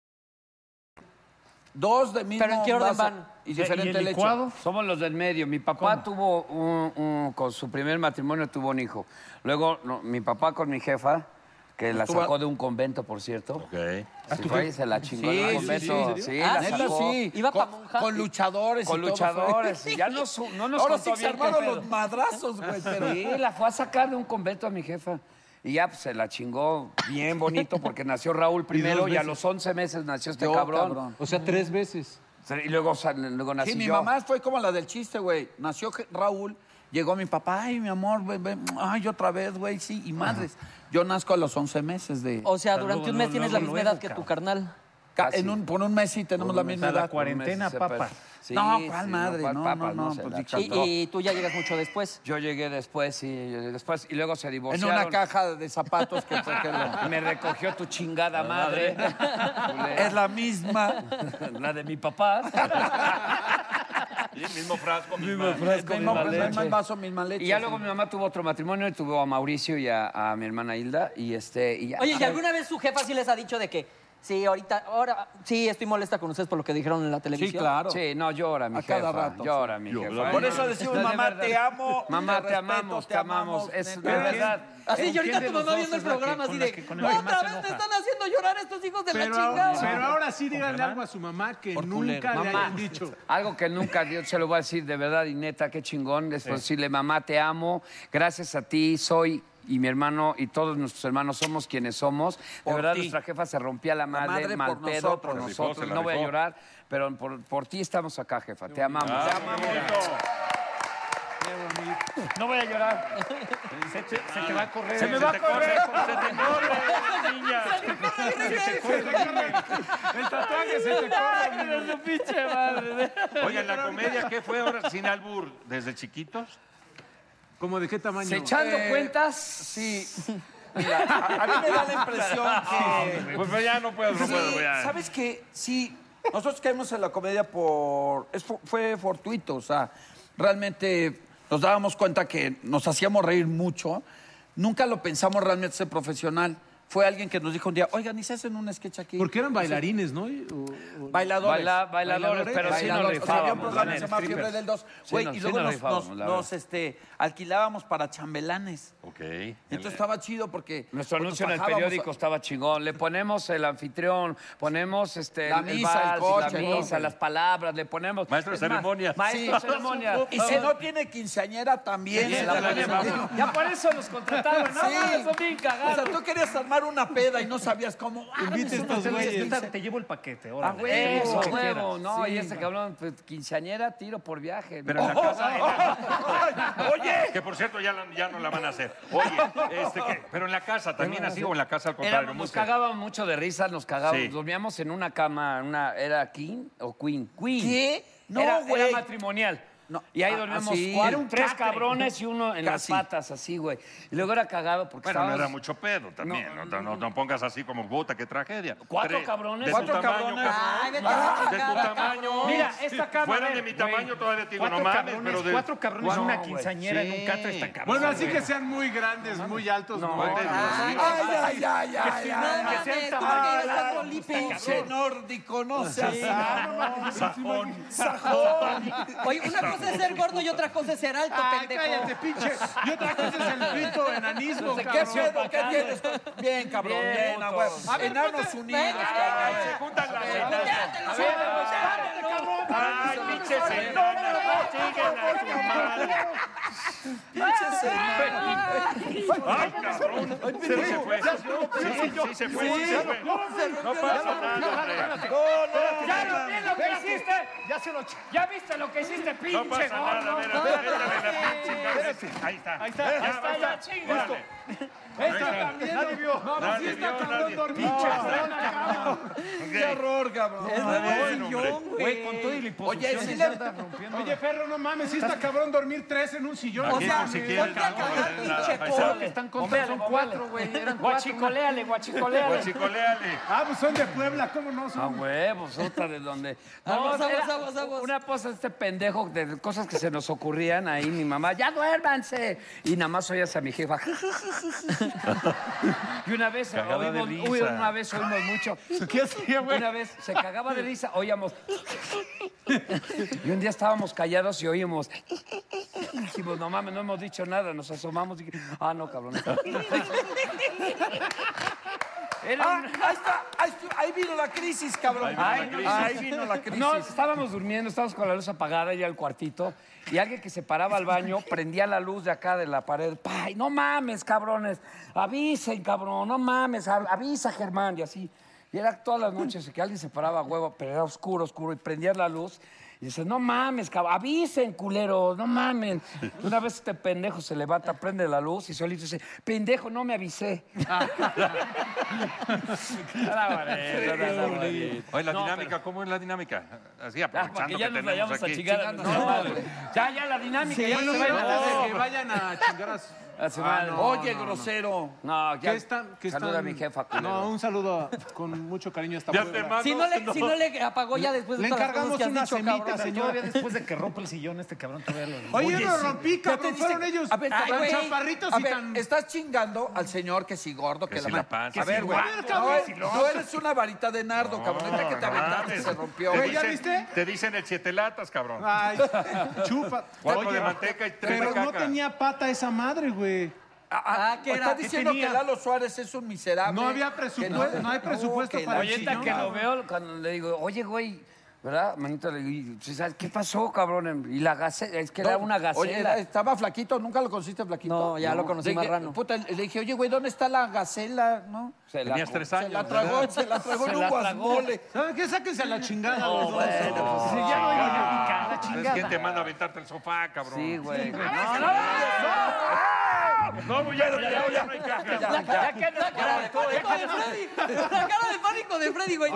H: Dos de mismo
G: Pero en qué orden
H: vaso
G: van.
H: Y diferente leche.
G: Somos los del medio. Mi papá tuvo un, un- con su primer matrimonio tuvo un hijo. Luego no, mi papá con mi jefa que la
H: Estuvo-
G: sacó de un convento, por cierto. Okay.
H: Ah,
G: Sí,
H: ¿tú
G: fue y
H: qué?
G: se la chingó
H: Sí,
G: en un
H: sí,
G: convento.
H: sí,
G: Sí,
H: sí. Ah,
G: la
H: neta,
G: sacó.
H: sí. Iba Con- pa' monja. con luchadores y
G: Con
H: todo, fue.
G: luchadores. Ya no, su- no nos
H: Ahora
G: contó
H: sí se
G: bien qué
H: armaron
G: pedo.
H: los madrazos, güey. Pero...
G: Sí, la fue a sacar de un convento a mi jefa. Y ya pues, se la chingó bien bonito porque nació Raúl primero y, a
F: veces.
G: los 11 meses nació este
H: Yo,
G: cabrón.
H: cabrón.
F: O sea, tres veces.
G: Y luego, sal- luego nací
H: Sí, mi
G: yo.
H: mamá fue como la del chiste, güey. Nació Je- Raúl, llegó mi papá, ay, mi amor, ve- ve, ay, otra vez, güey, sí, y madres. Yo nazco a los 11 meses de...
I: O sea, durante un mes tienes la misma edad que tu
H: tu
I: carnal.
H: Ca- en un- por un mes sí tenemos la misma edad. Por un mes,
G: papas.
H: sí, no, ¿cuál madre? No, no, no. pues,
G: se
H: sí,
G: la
H: cabrón.
G: chingó.
I: tú ya llegas mucho después.
G: Yo llegué después y después y luego se
H: en
G: divorciaron.
H: una caja de zapatos que fue que lo-
G: Y Me recogió tu chingada madre.
H: Es la misma.
G: la de mi papá.
B: Sí, mismo frasco, mismo
H: Mismo- mismo vaso, misma leche.
G: Y ya luego mi mamá tuvo otro matrimonio y tuvo a Mauricio y a, a mi hermana Hilda. Y este, y ya-
I: Oye, ¿y alguna vez su jefa sí les ha dicho de que, sí, ahorita, ahora, sí, estoy molesta con ustedes por lo que dijeron en la televisión?
G: Sí, no, llora mi
I: A
G: jefa.
I: cada rato,
G: Llora
I: sí.
G: mi
I: Yo,
G: jefa.
H: Por
G: No,
H: eso
G: no,
H: decimos,
G: no, de
H: mamá,
G: verdad.
H: te amo.
G: Mamá, te
H: respeto,
G: amamos, te amamos. Es
H: neta.
G: la verdad.
I: Así, y
C: ¿Con quién
I: ahorita
C: de
I: tu
C: los
I: mamá
C: dos
I: viendo el
C: es la que-
I: programa así
C: con la
I: de,
C: que- con la que más
I: otra
C: se
I: vez me
C: enoja"?
I: están haciendo llorar estos hijos de la
E: Pero
I: chingada.
E: ahora, pero ahora sí díganle algo a su mamá que nunca le
G: Mamá,
E: hayan dicho.
G: Algo que nunca Dios se lo voy a decir de verdad y neta, qué chingón. Es por decirle, mamá, te amo. Gracias a ti, soy y mi hermano y todos nuestros hermanos somos quienes somos. De
H: Por
G: verdad,
H: ti.
G: nuestra jefa se rompía la madre,
H: madre
G: mal
H: por
G: pedo por
H: nosotros.
B: Se
G: nosotros.
B: rifó, se la
G: no voy a
B: rifó.
G: llorar, pero por, por ti estamos acá, jefa. Te amamos.
H: Ah,
G: Te amamos. No voy a llorar.
C: Se te, se te va a correr.
B: Se me va a correr. Se te corre, niña.
E: El tatuaje se te corre. amigo.
B: Oye, en la comedia, ¿qué fue ahora sin albur? ¿Desde chiquitos?
E: ¿Cómo de qué tamaño?
G: Se echando
H: Eh,
G: cuentas.
H: Sí. Mira, a, a mí me da la impresión que.
B: Pues ya no puedo, no
H: Sí,
B: puedo. ya.
H: ¿Sabes qué? Sí, nosotros caímos en la comedia por. es fu- fue fortuito, o sea, realmente nos dábamos cuenta que nos hacíamos reír mucho. Nunca lo pensamos realmente ser profesional. Fue alguien que nos dijo un día, oigan, ¿y se hacen un sketch aquí?
E: Porque eran bailarines, ¿no? Y- o- o-
H: Bailadores.
G: Baila- bailadores, pero sí nos
H: Bailadores. O sea, pues, había un
G: rifábamos,
H: programa
G: la
H: que se llamaba
G: neta.
H: Fiebre del 2.
G: Sí
H: Güey,
G: nos-
H: y
G: sí
H: luego
G: nos
H: nos,
G: rifábamos,
H: nos-
G: la verdad.
H: nos, este, alquilábamos para chambelanes.
B: Ok.
H: Entonces estaba chido porque... pues,
G: Nuestro
H: nos
G: anuncio en el
H: bajábamos
G: periódico
H: a-
G: estaba chingón. Le ponemos el anfitrión, ponemos este,
H: La
G: el- el,
H: misa, el
G: vals,
H: coche,
G: la misa,
H: ¿no?
G: las palabras, le ponemos.
B: Maestro de
G: Es más,
B: ceremonias.
G: Maestro de ceremonias.
H: Y si no tiene quinceañera, también se la ponemos.
G: Ya por eso los contrataron, ¿no?
H: Sí.
G: Mames, Son bien
H: O sea,
G: cagados.
H: tú querías armar una peda y no sabías cómo. Ah,
E: Invita
H: pues,
E: estos
H: unos güeyes.
E: güeyes.
C: Te llevo el paquete. ahora.
H: Ah, güey.
G: Eso,
H: que
G: Eh, huevo, no,
H: Sí,
G: y este cabrón, pues, quinceañera, tiro por viaje.
B: Pero en la casa.
H: Oye,
B: Que por cierto, ya, la- ya no la van a hacer. Oye, este, ¿qué? pero en la casa también así o en la casa al contrario.
G: Éramos- nos
B: Música.
G: cagaban mucho de risa, nos cagábamos.
B: Sí.
G: Dormíamos en una cama, en una, ¿era King o Queen? Queen.
H: ¿Qué? No,
G: era,
H: güey.
G: era matrimonial.
H: No.
G: Y ahí
H: Ah,
G: dormíamos
H: ah, sí.
G: cuatro,
H: Era un
G: tres
H: catre.
G: cabrones y uno en
H: Casi.
G: las patas, así, güey. Y luego era cagado porque
B: Bueno, no
G: estábamos-
B: era mucho pedo también. No, no- no pongas así como bota, qué tragedia.
G: Cuatro
B: Tres-
G: cabrones.
B: De
H: Cuatro
B: tu tamaño,
H: cabrones.
B: cabrón.
I: Ay, vete a la
B: de tu
I: chingada,
B: tamaño.
G: Mira, esta cama,
B: Fuera
G: ve,
B: de mi
G: güey.
B: tamaño todavía te digo,
C: Cuatro
B: no mames,
C: cabrones,
B: pero de.
C: cuatro cabrones,
G: No,
C: una
G: güey.
C: quinceañera en un catre está cabrón.
E: Bueno, así que sean muy grandes, muy altos. muy-
B: Fuerte,
G: Ah,
H: ay,
B: Dios mío.
H: ay, ay, ay, ay.
I: mames,
C: sea el
I: ¿por qué
C: tamaño
I: ibas
H: Ah,
I: dando lipo?
H: Pinche nórdico, no seas.
E: Ah, no mames,
B: Sajón.
H: sajón.
I: Oye, una cosa cosa es ser gordo y otra cosa es ser alto,
E: Ay,
I: pendejo.
E: cállate, pinche. Y otra cosa es el pito enanismo,
H: ¿Qué
E: cabrón.
H: pedo? ¿Qué tienes? Bien, cabrón, bien, a huevo.
E: A ver,
H: Enanos
E: ponte-
H: unidos.
E: Venga,
H: cabrón.
E: venga,
B: juntan las
H: A ver,
B: Ay, pinche señor. Ay, cabrón. Sí se fue. Sí, sí se fue. sí se fue. No pasa nada, hombre.
J: Ya no vi lo que hiciste. Ya se lo Ya viste lo que histe, pinche
B: No pasa nada,
J: gordo.
B: mira, métele la pinche cabeza. Ahí está.
J: Ahí está,
B: Ya,
J: ahí está,
B: ahí
J: ya,
B: está.
J: chinga.
B: Órale.
J: Ahí está.
E: pues, Nadie vio.
B: Nadie
E: Vamos, sí está
B: vio,
E: cabrón
B: nadie.
E: dormido.
B: Pinche
E: cabrón,
B: cabrón,
E: cabrón.
H: Qué horror, cabrón.
E: Es
H: Ah,
E: nuevo
H: bueno,
E: sillón,
H: hombre.
E: güey.
H: Güey, con todo y la
E: Oye,
H: imposición.
E: sí le- Oye, perro, no mames, sí está cabrón dormir tres en un sillón.
H: Aquí, por si quieren,
E: ponte a
H: cabrón,
E: cagar,
H: en la-
E: pinche
H: ahí
E: colo.
H: sale.
E: Que están contra, son cuatro, güey. Eran cuatro.
G: Guachicoleale, guachicoleale.
B: Guachicoleale.
E: Ah, pues son de Puebla, ¿cómo no? Son
G: A huevos, otra de donde.
E: Aguas,
G: No,
E: aguas,
G: era
E: aguas,
G: Una cosa, este pendejo, de cosas que se nos ocurrían ahí, mi mamá, ya duérmanse. Y nada más oías a mi jefa. y una vez
J: Cagada de
G: oímos,
J: risa.
G: uy, una vez oímos mucho.
J: ¿Qué hacía, güey?
G: Una vez se cagaba de risa, oíamos. y un día estábamos callados y oímos. Dijimos, no mames, no hemos dicho nada. Nos asomamos y ah, no, cabrón.
H: Ah, ahí está, ahí, estu- ahí vino la crisis, cabrón.
G: Ay, no,
H: Ahí vino la crisis.
G: No, estábamos durmiendo, estábamos con la luz apagada ya al cuartito y alguien que se paraba al baño prendía la luz de acá de la pared. ¡Pay! No mames, cabrones. Avisen, cabrón. No mames. a- Avisa, Germán. Y así. Y era todas las noches que alguien se paraba a huevo, pero era oscuro, oscuro, y prendía la luz. Y dice, no mames, cabrón, avisen, culeros, no mamen. Y Una vez este pendejo se levanta, prende la luz y solito dice, pendejo, no me avisé.
B: Oye, la
G: No,
B: dinámica, ¿cómo es la dinámica? Así,
G: Ah, para
B: aprovechando
G: que ya
B: que
G: nos
B: tenemos
G: vayamos
B: aquí.
G: a chingar a nuestra madre. Ya, ya, la dinámica.
E: Sí,
G: ya
E: no,
G: se
E: pero
G: va.
E: antes de que
G: No,
E: vayan a chingar a su-
G: A su
E: Ah,
G: madre.
E: no,
G: Oye,
E: no, no.
G: grosero. No, ya.
E: ¿Qué están, qué
G: Saluda
E: están- Ah,
G: a mi jefa.
E: No, un saludo con mucho cariño hasta
G: Ya
E: Puebla.
G: te mando- Si no le- si no le
I: apagó ya después de
E: Le
I: todas las
E: encargamos
I: cosas que
E: una
I: has dicho,
E: semita,
I: cabrón.
E: señor.
C: Todavía después de que rompe el sillón este cabrón todavía lo...
E: Oye, lo
H: sí.
E: rompí,
H: Ya te
E: cabrón,
H: diste-
E: fueron ellos.
H: A ver,
E: Ay,
H: tan
E: güey.
H: chaparritos
E: A
H: y
E: ver,
H: tan... Estás chingando al señor que si gordo, que,
B: Que
H: la...
B: si la panza,
H: A
B: que si
H: ver, güey.
B: guapo,
H: No, eh,
B: cabrón, que si
H: No eres una varita de nardo, cabrón. Neta que te aventaste,
B: mames.
H: se rompió.
B: Te dicen- Te dicen el siete latas, cabrón.
E: Ay, chupa.
B: Cuatro
E: Oye,
B: de manteca y tres
E: Pero
B: de
E: no
B: caca.
E: tenía pata esa madre, güey.
H: Ah,
E: ¿qué era?
H: Está
E: ¿Qué
H: diciendo
E: tenía?
H: que Lalo Suárez es un miserable.
E: No había
H: que
E: presupuesto, no hay presupuesto
H: que
E: para
H: la-
E: el
G: Oye, ahorita
E: sillón.
G: Oh, que lo veo, cuando le digo, oye, güey, ¿verdad? Manito, le digo, "Sí, ¿sabes qué pasó, cabrón? Y la gacela, es que era
H: No,
G: una
H: Oye, era-
G: gacela.
H: estaba flaquito, nunca lo conociste flaquito.
G: No, ya lo conocí
H: Le dije,
G: marrano.
H: puta, le dije, oye, güey, ¿dónde está la gacela? ¿No?
G: Se la-
B: Tenías tres años.
H: Se la tragó, se la tragó en un guasmole.
E: ¿Saben qué? Sáquense a la chingada los dos.
B: pues,
E: Sí,
B: no,
E: ya no hay
B: no,
E: dinámica, la
B: ¿Sabes quién
E: chingada.
B: te manda a aventarte el sofá, cabrón? Sí,
G: güey.
B: No, no, no, no, ya, ya, ya, ya no hay caja.
I: La cara la cara de pánico de Freddy. La cara de pánico de Freddy, güey.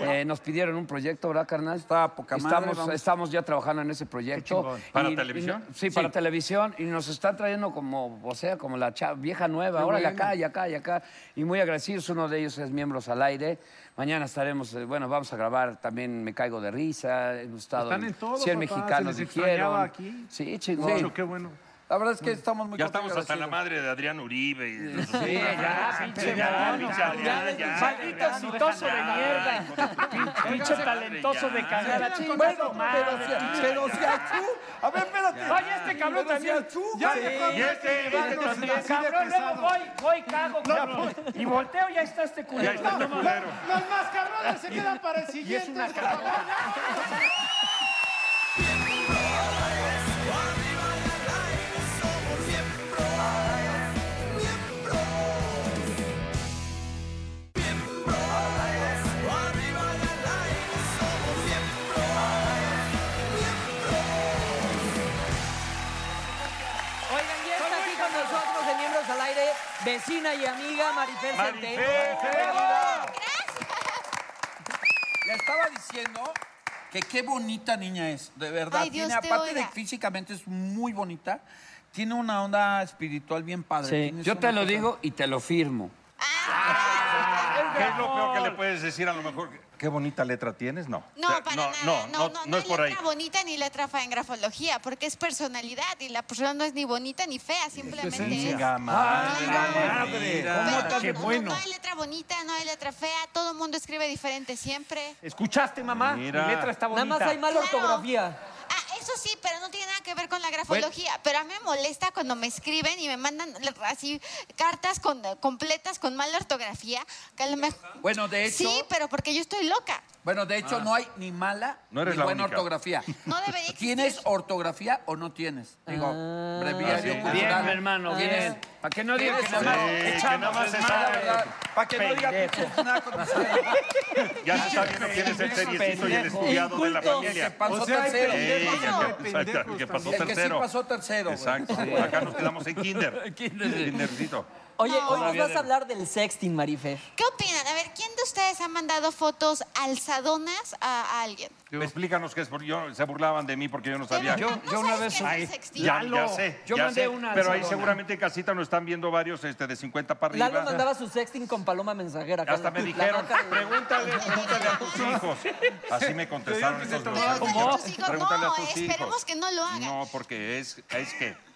G: Eh, nos pidieron un proyecto, ¿verdad, carnal?
H: madre,
G: estamos,
H: vamos.
G: estamos ya trabajando en ese proyecto.
H: chingón. ¿Para televisión?
G: y no- sí, para televisión. Y nos están trayendo como, o sea, como la cha- vieja nueva.
H: Qué
G: Ahora
H: bueno.
G: acá, y acá, y acá. Y muy agradecidos. Uno de ellos es Miembros al Aire. Mañana estaremos, eh, bueno, vamos a grabar también Me Caigo de Risa. Hemos estado
E: Están en todo, papá,
G: 100 mexicanos
E: se les
G: dijeron.
E: extrañaba aquí.
G: Sí, chingón.
E: Mucho, qué bueno.
H: La verdad es que estamos muy
B: Ya estamos
H: contentos.
B: hasta la madre de Adrián Uribe. y de-
G: Sí, ya, pinche
B: ya,
G: mono,
B: pinche
G: cabrón.
B: Adrián, ya.
G: Maldito exitoso de mierda. Pinche talentoso de cagar la chingada.
H: Bueno,
G: madre,
H: pero si,
G: pinche
H: pero si a tú. A ver, espérate.
G: Oye, este cabrón
H: Pero si a
G: también.
H: tú,
G: Ya
H: güey.
G: dejó de
C: este
G: llevarnos la- Cabrón, luego voy, voy, cago, cabrón. Y volteo, ya está este culero.
B: Ya está este
G: No,
B: culero.
E: Los más cabrones se quedan para el
G: Y es
E: siguiente.
G: una
E: por favor.
I: Oigan, ya está aquí con nosotros de Miembros al Aire, vecina y amiga Marifé
H: Marifé,
I: Centeno.
H: querida. Le estaba diciendo que qué bonita niña es, de verdad.
K: Ay, Dios
H: Tiene,
K: te
H: aparte de
K: oiga.
H: que físicamente es muy bonita, tiene una onda espiritual bien padre. Tienes
G: Yo te
H: una
G: lo
H: cosa-
G: digo y te lo firmo.
B: ¿Qué es lo peor que le puedes decir a lo mejor? ¿Qué bonita letra tienes? No.
K: No,
B: O sea,
K: para
B: no,
K: nada.
B: No, no, no, es por ahí.
K: letra bonita ni letra fea en grafología, porque es personalidad y la persona no es ni bonita ni fea, simplemente es.
B: Chinga madre, mira.
K: Qué bueno. No hay letra bonita, no hay letra fea, todo el mundo escribe diferente siempre.
J: ¿Escuchaste, mamá?
B: Mira.
J: Mi letra está
I: Nada
J: bonita.
I: más hay mala
K: Claro.
I: ortografía.
K: Ah, eso sí, pero no tiene nada que ver con la grafología. Pero a mí me molesta cuando me escriben y me mandan así cartas con- completas con mala ortografía. Que a lo mejor-
H: Bueno, de hecho,
K: Sí, pero porque yo estoy loca.
H: bueno, de hecho
K: Ah.
H: no hay ni mala
B: No eres
H: ni
B: la
H: buena
B: única.
H: ortografía.
K: No debería
H: ¿Tienes ortografía o no tienes? Digo,
G: Ah.
B: Ah,
H: breviario
G: Bien,
H: cultural.
G: mi hermano, bien. Para que no diga
H: ¿Tienes
G: que nada más
H: o no?
G: Sí, que
H: Echamos
G: nada más
H: desmadre,
G: está-
H: ¿verdad? Para que no diga que
G: Pendejo.
H: es nada con
B: Ya se está viendo quién es el seriecito y el
H: Pendejo.
B: estudiado de la
H: Inculto.
B: familia.
H: El que pasó
B: O sea, hay
H: tercero.
B: pendejos,
H: Sí,
B: ¿no?
H: el que-
B: Exacto, el que pasó
H: El que sí
B: tercero.
H: pasó tercero, güey.
B: Exacto.
H: Sí.
B: Acá nos quedamos en kinder. Kindercito.
D: Oye, hoy nos
B: Todavía
D: vas
B: de-
D: a hablar del sexting, Marifer.
K: ¿Qué opinan? A ver, ¿quién de ustedes ha mandado fotos alzadonas a, a alguien?
B: Explícanos qué es, porque yo, se burlaban de mí porque yo no sabía.
G: Yo- ¿No yo sabes una vez- qué es el
B: Ay,
G: sexting?
B: ya, ya
G: Lalo,
B: sé.
G: yo
B: ya
G: mandé
B: sé,
G: una
B: Pero ahí
G: alzadona.
B: seguramente en casita nos están viendo varios este, de 50 para arriba.
D: Lalo mandaba su sexting con paloma mensajera. con
B: Hasta me
D: la
B: dijeron,
D: nota de-
B: pregúntale, pregúntale a tus hijos. Así me contestaron esos mensajes.
K: ¿Cómo? A tus hijos.
B: Pregúntale
K: No,
B: a tus hijos.
K: esperemos que no lo hagan.
B: No, porque es, es que...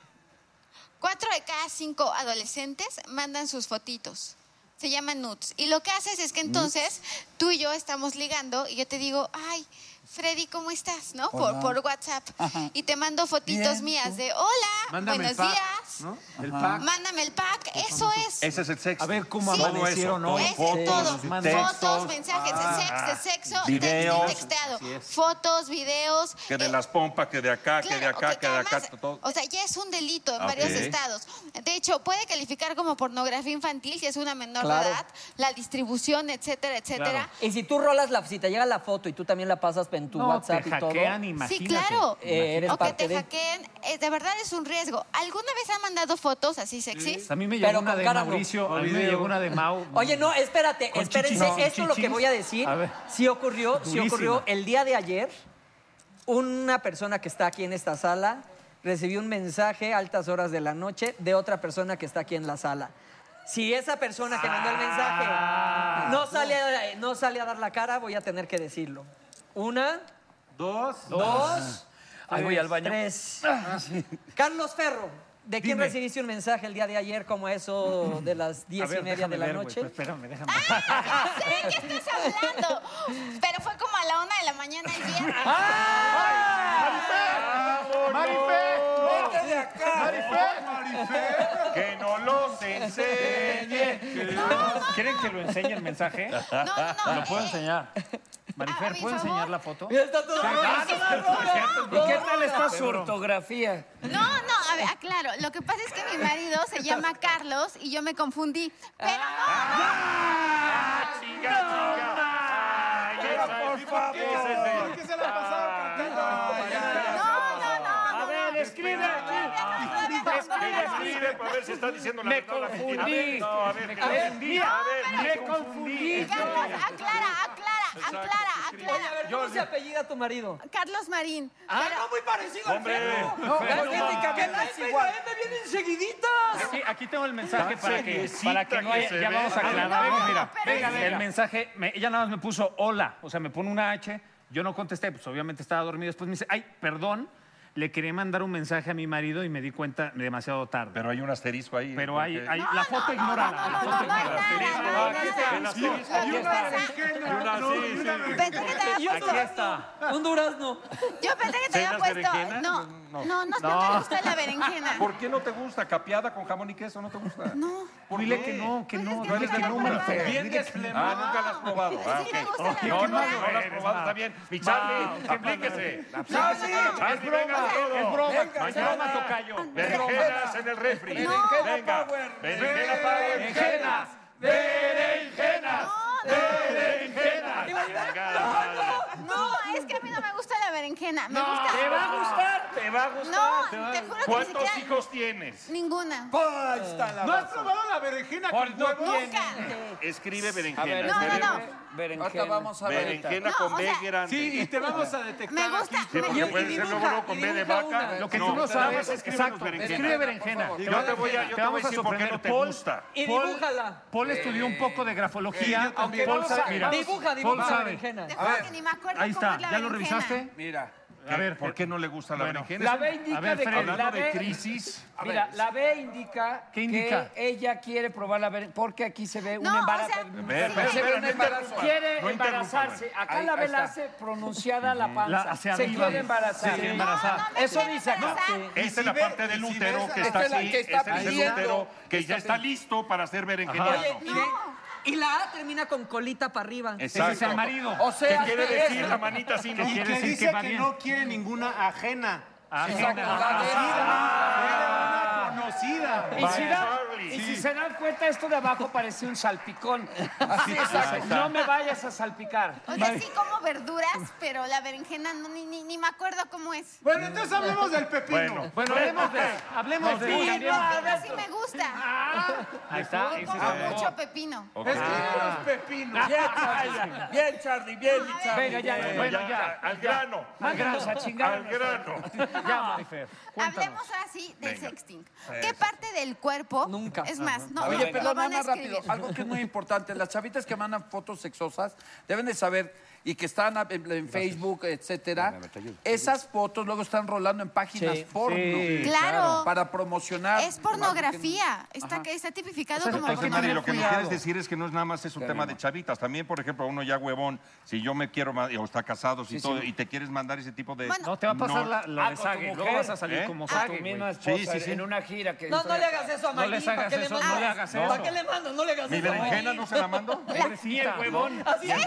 K: Cuatro de cada cinco adolescentes mandan sus fotitos. Se llaman nudes. Y lo que haces es que entonces tú y yo estamos ligando y yo te digo, ay, Freddy, ¿cómo estás? ¿No? Por,
L: Hola.
K: por WhatsApp.
L: Ajá.
K: Y te mando fotitos
L: Bien,
K: mías de, hola,
L: Mándame el
K: buenos
L: pack,
K: días.
L: ¿no?
B: El
K: Mándame el pack. Eso es.
B: Ese es el sexo. A ver
L: cómo amanecieron hoy.
K: Eso, todo. Fotos,
B: Textos,
K: mensajes,
B: ah,
K: sexo, de sexo,
B: videos.
K: texto y texteado. Fotos, videos. eh,
B: Que de las pompas, que de acá, que de acá, que de acá. todo. Ah,
K: O sea, ya es un delito en
B: Ok.
K: varios estados. De hecho, puede calificar como pornografía infantil si es una menor
D: Claro.
K: de edad, la distribución, etcétera, etcétera.
D: Y si tú rolas la, si te llega la foto y tú también la pasas en tu
K: No,
D: WhatsApp
K: te
D: y todo.
K: hackean, Sí, claro.
D: Eh, eres
K: o que
D: parte
K: te
D: de.
K: hackeen. eh, de verdad es un riesgo. ¿Alguna vez han mandado fotos así sexys?
C: A mí me llegó
D: Pero
C: una
D: con
C: de
D: cara no.
C: Mauricio, a mí me
D: Olvideo.
C: llegó una de Mau.
D: Oye, no, espérate,
C: Con
D: espérense.
C: chichis. No.
D: Esto es lo que
C: Chichis.
D: voy a decir.
C: A ver.
D: Sí ocurrió, sí
C: Durísima.
D: ocurrió el día de ayer. Una persona que está aquí en esta sala recibió un mensaje a altas horas de la noche de otra persona que está aquí en la sala. Si esa persona que mandó el
C: Ah.
D: mensaje no sale, a, no sale a dar la cara, voy a tener que decirlo. Una, dos, dos.
G: Ahí voy al baño.
D: Tres.
C: Ah,
D: Carlos Ferro, ¿de quién recibiste un mensaje el día de ayer como a eso de las diez
C: ver,
D: y media de
C: déjame
D: la
C: ver, güey,
D: noche?
C: pues, espérame, déjame.
K: Ah, sé de qué estás hablando. Pero fue como a la una de la mañana el viernes.
C: ¡Ah!
B: ¡Vete
M: de acá! ¡Marifer!
B: Que no los enseñe.
C: ¿Quieren que lo enseñe el mensaje?
K: No,
B: Ah,
K: no, eh, no.
C: Lo puedo enseñar. Marifer, ¿puedo enseñar la foto?
D: Está todo
C: Ah, no, no, no, no. ¿Y qué tal está su
G: ortografía?
K: No, no, a ver, aclaro. Lo que pasa es que mi marido se llama Carlos y yo me confundí. Pero
B: Ah, ¿Por
M: qué se la pasaron
K: cantando?
M: A ver, escribe aquí.
B: Escribe para ver si está diciendo la verdad o la mentira. A ver, no, a ver,
M: Me
B: que la-
M: confundí.
B: A ver,
M: Me
K: no. Carlos, aclara, aclara, aclara, aclara.
D: A ver, ¿cómo se apellida tu marido?
K: Carlos Marín.
D: Ah,
B: Ah,
K: pero-
D: Hombre,
C: eh, No, Ferro.
D: es igual. vienen seguiditas.
C: Aquí, aquí tengo el mensaje
B: Tan
C: para que,
B: seriecita
C: para que no haya.
B: que se
C: ya
B: ve.
C: vamos a
B: A ver,
C: aclarar.
B: no,
C: mira,
B: pero es que-
C: el mensaje, me- ella nada más me puso hola, o sea, me pone una H, yo no contesté, pues obviamente estaba dormido. Después me dice, ay, perdón, le quería mandar un mensaje a mi marido y me di cuenta demasiado tarde.
B: Pero hay un asterisco ahí.
C: Pero hay,
B: porque-
C: hay- la foto ignórala. la foto ignórala. Aquí está.
D: Un durazno.
K: Yo pensé que te había
B: ¿Cenas
K: puesto.
B: berenjena?
K: No, no,
B: No.
K: no, no,
B: No.
K: te gusta la berenjena.
B: ¿Por qué no te gusta? ¿Capeada con jamón y queso no te gusta?
K: No.
C: Dile que no, Pues que no.
B: No
C: dile
B: eres
C: que
B: de
C: no,
B: número.
C: Marifer.
B: Bien
C: Dile que
B: desflemada. Ah, nunca la has probado. Ah,
C: Sí, me
B: ok.
C: gusta la
B: Ok, No, no,
C: desflemada.
B: no la has probado, está bien. Mi Charlie,
C: Va,
B: aplíquese.
C: Charlie,
B: Charlie,
C: es
B: venga,
C: broma,
B: todo.
C: es broma.
B: Venga,
C: Mañana
B: Charlie.
C: más tocayo.
B: Berenjenas en el refri. Venga. Berenjena Power.
C: Berenjenas.
B: Berenjenas. Berenjenas.
K: No, es que a mí no me gusta la berenjena. Me
B: No,
K: gusta.
B: te va a gustar,
C: te va a
K: No, te, juro que ni
B: ¿Cuántos
K: siquiera-
B: hijos tienes?
K: Ninguna.
E: ¿No has probado la berenjena con huevo?
B: Escribe berenjena.
E: ver, No, no,
B: escribe
E: no.
G: Berenjena.
E: Ahorita vamos a ver.
B: Berenjena
E: No,
B: con
E: o
B: B
E: sea,
B: grande.
E: Sí, y te vamos a detectar.
K: Me gusta.
B: Sí, porque puede ser luego, luego con B de vaca.
C: Lo que tú no
B: nada
C: sabes,
B: más escríbenos
C: exacto,
B: berenjena.
C: escribe berenjena.
B: Yo te voy a, yo te voy
C: vamos
B: a decir por qué no te
C: Paul-
B: gusta.
D: Y
C: Paul-
D: dibújala.
C: Paul estudió un poco de grafología, aunque Paul
D: vamos a-
C: sabe. mira,
D: dibuja,
C: Paul
D: dibuja la
C: sabe.
D: berenjena.
K: Te juro que ni me acuerdo
C: Ahí
K: cómo
C: está,
K: es la
C: ¿ya lo
K: berenjena.
C: revisaste?
H: Mira.
B: A ver, ¿por qué no le gusta la
C: Bueno,
B: berenjena?
C: la
B: A
C: B
B: ver,
C: indica
B: Fred,
C: de que-
B: hablando
C: la
B: de
C: B-
B: crisis.
G: Mira, la B indica,
C: ¿Qué indica?
G: que ella quiere probar la berenjena, porque aquí se ve un
K: No, o
G: embarazo.
K: sea,
B: Ve, ve,
G: se
B: ve,
G: ve un
B: no
G: embarazo.
B: interrumpa.
G: Quiere
B: No interrumpa,
G: embarazarse.
B: güey.
G: Acá
B: Ahí-
G: la
B: ahí
G: B la
B: está.
G: hace pronunciada la panza.
B: La- hacia
G: se
B: arriba.
G: quiere embarazar.
B: Se quiere embarazar. No, no me
G: Eso dice acá.
B: Esta es la parte del útero que está
G: Esta es la
B: así,
G: que está
B: este es el
G: pidiendo,
B: útero que ya está listo para ser berenjeniano.
D: Oye, y, de- y la A termina con colita para arriba.
B: Exacto. Ese es el marido. ¿Qué quiere decir la manita así, no?
E: Y
B: Quiere
E: que
B: decir
E: dice
B: que
E: que,
B: va bien.
E: no quiere ninguna ajena.
C: Ajena.
E: Exacto. Ah, quiere una conocida.
C: Y si, da- y si se dan cuenta, esto de abajo parece un salpicón.
E: Así, exacto.
C: No me vayas a salpicar.
K: O sea, sí como verduras, pero la berenjena no, ni, ni, ni me acuerdo cómo es.
E: Bueno, entonces hablemos del pepino.
C: Bueno, bueno, hablemos de- hablemos de-
K: Sí, el pepino sí
C: Cambiemos.
K: me gusta.
C: Ahí está. ese es
K: Como
C: el-
K: mucho pepino.
B: Es
E: que los pepinos.
H: Bien, Charlie. Bien, Charlie. Bien, Charlie.
C: Venga, ya,
H: bien.
C: bueno, ya.
B: Al grano.
C: Al grano, a chingar.
B: Al grano.
C: Ya, Marifer, cuéntanos.
K: Hablemos ahora sí del
H: Venga.
K: sexting.
H: Eh,
K: ¿Qué
H: sí.
K: parte del cuerpo? Nunca. Es más, no,
H: Oye,
K: lo- lo
H: perdón, nada
K: van a
H: más rápido.
K: escribir.
H: Algo que es muy importante. Las chavitas que mandan fotos sexosas deben de saber y que están a- en, en Facebook, etcétera. Esas fotos luego están rolando en páginas
G: Sí.
H: porno.
G: Sí,
K: Claro. claro.
H: Para promocionar.
K: Es pornografía. Está, que- está tipificado como
B: O sea, Mari, lo que me
K: pornografía.
B: quieres decir es que no es nada más es un tema de chavitas. También, por ejemplo, uno ya huevón, si yo me quiero, ma- o está casado, si
G: Sí,
B: todo,
G: sí.
B: y te quieres mandar ese tipo de...
C: No, te va a pasar la, la
G: Ah,
C: de
G: con tu
C: Sague. Luego
G: mujer.
C: vas a salir
B: ¿Eh?
C: como
G: Ah,
C: Sague,
G: con mi
C: güey.
G: nueva esposa en una gira que
D: No, no le hagas eso a
C: No
D: Mayrin.
C: les
D: ¿Para
C: hagas
D: qué le
C: eso,
D: mandas?
C: no le hagas
D: ¿Para
C: eso.
D: qué le mando? No le hagas
B: ¿Mi
D: eso a
B: berenjena
D: Mayrin.
B: no se la mando?
C: Ni el huevón.
D: Así es.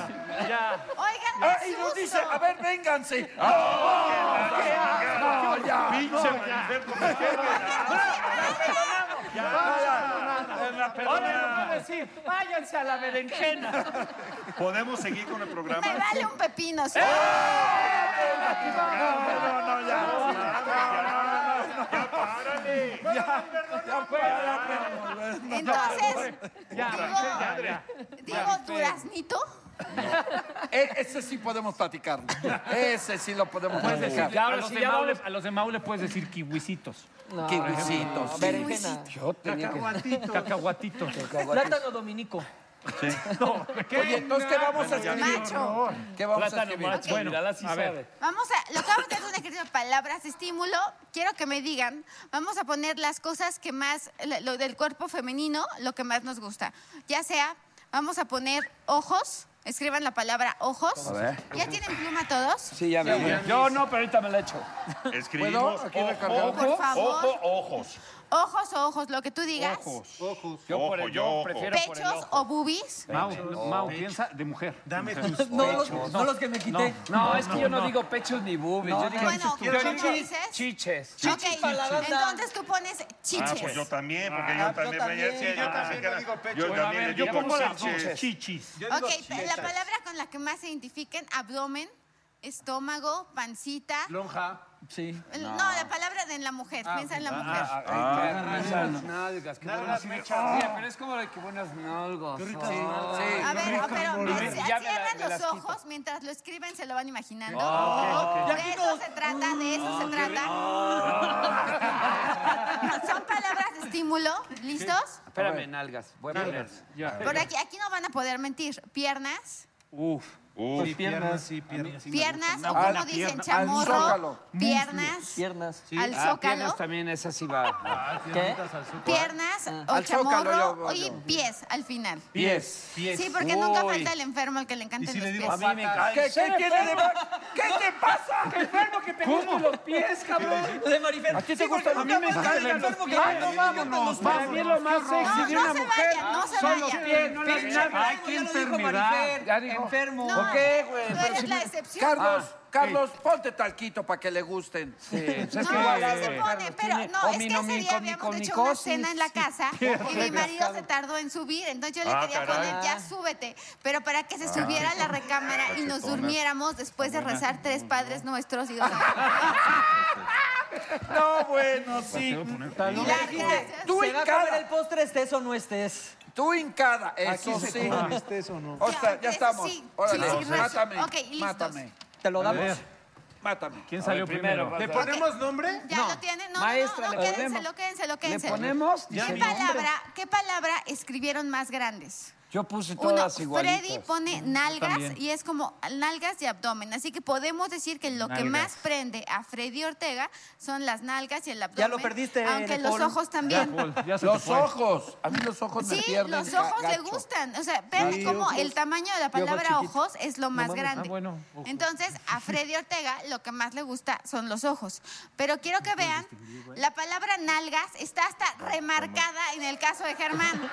C: Ya.
K: Oigan,
H: Ah,
K: no
H: y
K: es
H: nos dice,
K: justo.
H: a ver, vénganse. No, no, ya.
B: Pinche Marifer, ¿cómo es que-
C: Ahora no puedo decir, váyanse a la berenjena.
B: ¿Podemos seguir con el programa?
K: Me vale un pepino. sí.
B: ¡Párale!
K: Entonces,
C: Ya,
K: digo,
C: ya.
K: digo duraznito.
H: E- ese sí podemos platicarlo. Ese sí lo podemos
C: Puedes decir,
H: platicar.
C: ya, a, los
D: sí,
C: de
D: ya
C: Mau
D: vamos.
C: le- a los de Mau le puedes decir kiwisitos,
H: Qué guisitos.
D: Berenjena.
G: Yo tenía que...
C: cacahuatitos.
D: Plátano dominico.
H: Oye, entonces, ¿qué vamos a escribir?
K: Macho.
H: ¿Qué vamos a escribir?
K: macho,
C: Bueno, a ver.
K: Vamos a, lo que vamos a hacer es un ejercicio de palabras estímulo. Quiero que me digan, vamos a poner las cosas que más, lo- lo del cuerpo femenino, lo que más nos gusta. Ya sea, vamos a poner ojos, escriban la palabra ojos.
G: A ver.
K: ¿Ya tienen pluma todos?
G: Sí, ya me
C: Yo no, pero ahorita me la echo.
B: Escribimos
H: Aquí
B: ojo,
H: recargamos.
K: Por
B: ojo,
K: favor.
B: ojo, ojos.
K: Ojos o ojos, lo que tú digas.
C: Yo,
B: Ojo,
C: por el,
B: yo
C: yo
B: ojo.
C: prefiero por el
K: Pechos
C: ojo.
K: o boobies.
C: Mau, Mau, piensa de mujer.
E: Dame
C: De mujer.
E: tus
D: No, los- no los que me quité.
G: No, es que yo no digo pechos ni boobies. Yo digo
K: Bueno, ¿cómo
G: digo
K: dices?
G: chiches.
K: Ok,
D: para la banda.
K: entonces tú pones chiches.
B: Ah, pues yo también, porque yo también.
D: también,
B: sí,
E: yo también
B: sí,
E: le digo pecho.
B: Yo
E: Bueno, a
B: también
C: ver,
B: le
C: yo
B: digo
C: pongo las
B: chiches.
C: dos. Chichis.
E: Yo digo
K: Ok,
E: chichas.
K: la palabra con la que más se identifiquen, abdomen, estómago, pancita.
E: Lonja.
D: Sí.
K: No, la palabra de en la mujer,
G: Ah,
K: piensa en la mujer.
G: Nalgas, qué
E: Nalgas,
G: buenas
E: mechas.
G: Oye, pero es como de que buenas nalgas. Sí, sí.
K: a ver, pero
G: amor.
K: eh,
G: Ya me la-
K: cierran
G: me
K: los
G: las quito.
K: ojos mientras lo escriben, se lo van imaginando.
C: Ah,
K: De eso se trata, de
G: Ah,
K: eso se trata.
G: Ah.
K: Son palabras de estímulo, ¿listos?
G: Espérame, nalgas. Buenas nalgas.
K: Por aquí, aquí no van a poder mentir. Piernas,
C: Uf.
B: Uf,
E: Piernas, sí, piernas.
K: piernas, o
H: Ah,
K: como
H: la pierna.
K: dicen,
H: Al
K: chamorro,
H: zócalo.
K: piernas,
D: Piernas.
K: al
G: Ah, piernas
K: zócalo.
G: también, esa sí va.
D: ¿Qué?
K: Piernas o
H: Al zócalo yo
K: chamorro
H: voy
K: y
H: yo.
K: pies al final.
G: Pies.
K: Sí, porque nunca
G: Uy.
K: falta el enfermo al que le encanten los pies.
G: A mí me encanta.
H: ¿Qué, qué tiene de mal? ¿Qué te pasa?
C: Enfermo que te gustan los pies, cabrón.
D: De Marifel.
H: ¿A ti te gusta
C: A mí me encantan
H: el
C: los
H: enfermo que
C: pies.
H: te encantan los
C: Para mí lo más sexy
K: No,
C: de
K: no
C: una
K: se
C: mujer
K: vayan, no se
C: son los
K: vayan.
C: pies, no las nalgas. Ay, qué
D: Ya lo dijo
C: enfermedad.
D: Marifer,
G: Ya dijo.
D: Enfermo.
K: No,
G: ¿Por qué, güey?
K: Tú
G: Pero
K: eres
G: si
K: la
G: me-
K: excepción.
H: Carlos, Carlos, ponte talquito para que le gusten.
K: No, sí se pone, pero no, es que ese día habíamos hecho una cena en la casa y mi marido se tardó en subir, entonces yo le
B: Ah,
K: quería
B: caray.
K: poner ya súbete, pero para que se
H: Ah,
K: subiera a la recámara y nos durmiéramos después de rezar tres padres nuestros y dos.
H: No, bueno, sí.
D: Y le dijiste,
H: Tú
D: se va a comer
H: hincada.
D: el postre, estés o no estés.
H: Tú hincada,
D: eso
H: Aquí se
D: sí.
H: come,
D: estés o no.
H: O sea, ya estamos.
D: sí,
H: Órale,
D: sí, sí,
H: mátame.
D: razón. Ok, listos.
H: Mátame.
D: Te lo
H: A
D: damos.
H: ver, Mátame.
C: ¿Quién
H: A
C: salió
H: ver,
C: primero?
H: pasa.
C: ¿Le ponemos
E: nombre?
K: ¿Ya lo tienen? No,
H: Maestra,
K: no, no,
H: ¿le
K: quédenselo,
H: ponemos?
K: quédenselo,
H: ¿Le
K: quédenselo.
H: ponemos?
K: ¿Qué
H: Ya mi
K: palabra,
H: nombre.
K: ¿Qué palabra escribieron más grandes?
G: Yo puse
K: Uno,
G: todas igualitas.
K: Freddy pone nalgas
G: también.
K: y es como nalgas y abdomen. Así que podemos decir que lo que
G: Nalgas.
K: más prende a Freddy Ortega son las nalgas y el abdomen.
H: Ya lo perdiste, eh,
K: Aunque los
H: Paul.
K: ojos también.
H: los ojos. A mí los ojos me
K: Sí,
H: pierden.
K: los ojos le
H: gacho.
K: gustan. O sea, vean
H: Sí,
K: cómo
H: ojos.
K: el tamaño de la
H: Y ojos
K: palabra
H: chiquitos.
K: ojos es lo
H: No
K: más
H: mames,
K: grande.
H: ah, bueno, ojos.
K: Entonces, a Freddy Ortega lo que más le gusta son los ojos. Pero quiero que vean,
H: eh.
K: la palabra nalgas está hasta remarcada en el caso de Germán.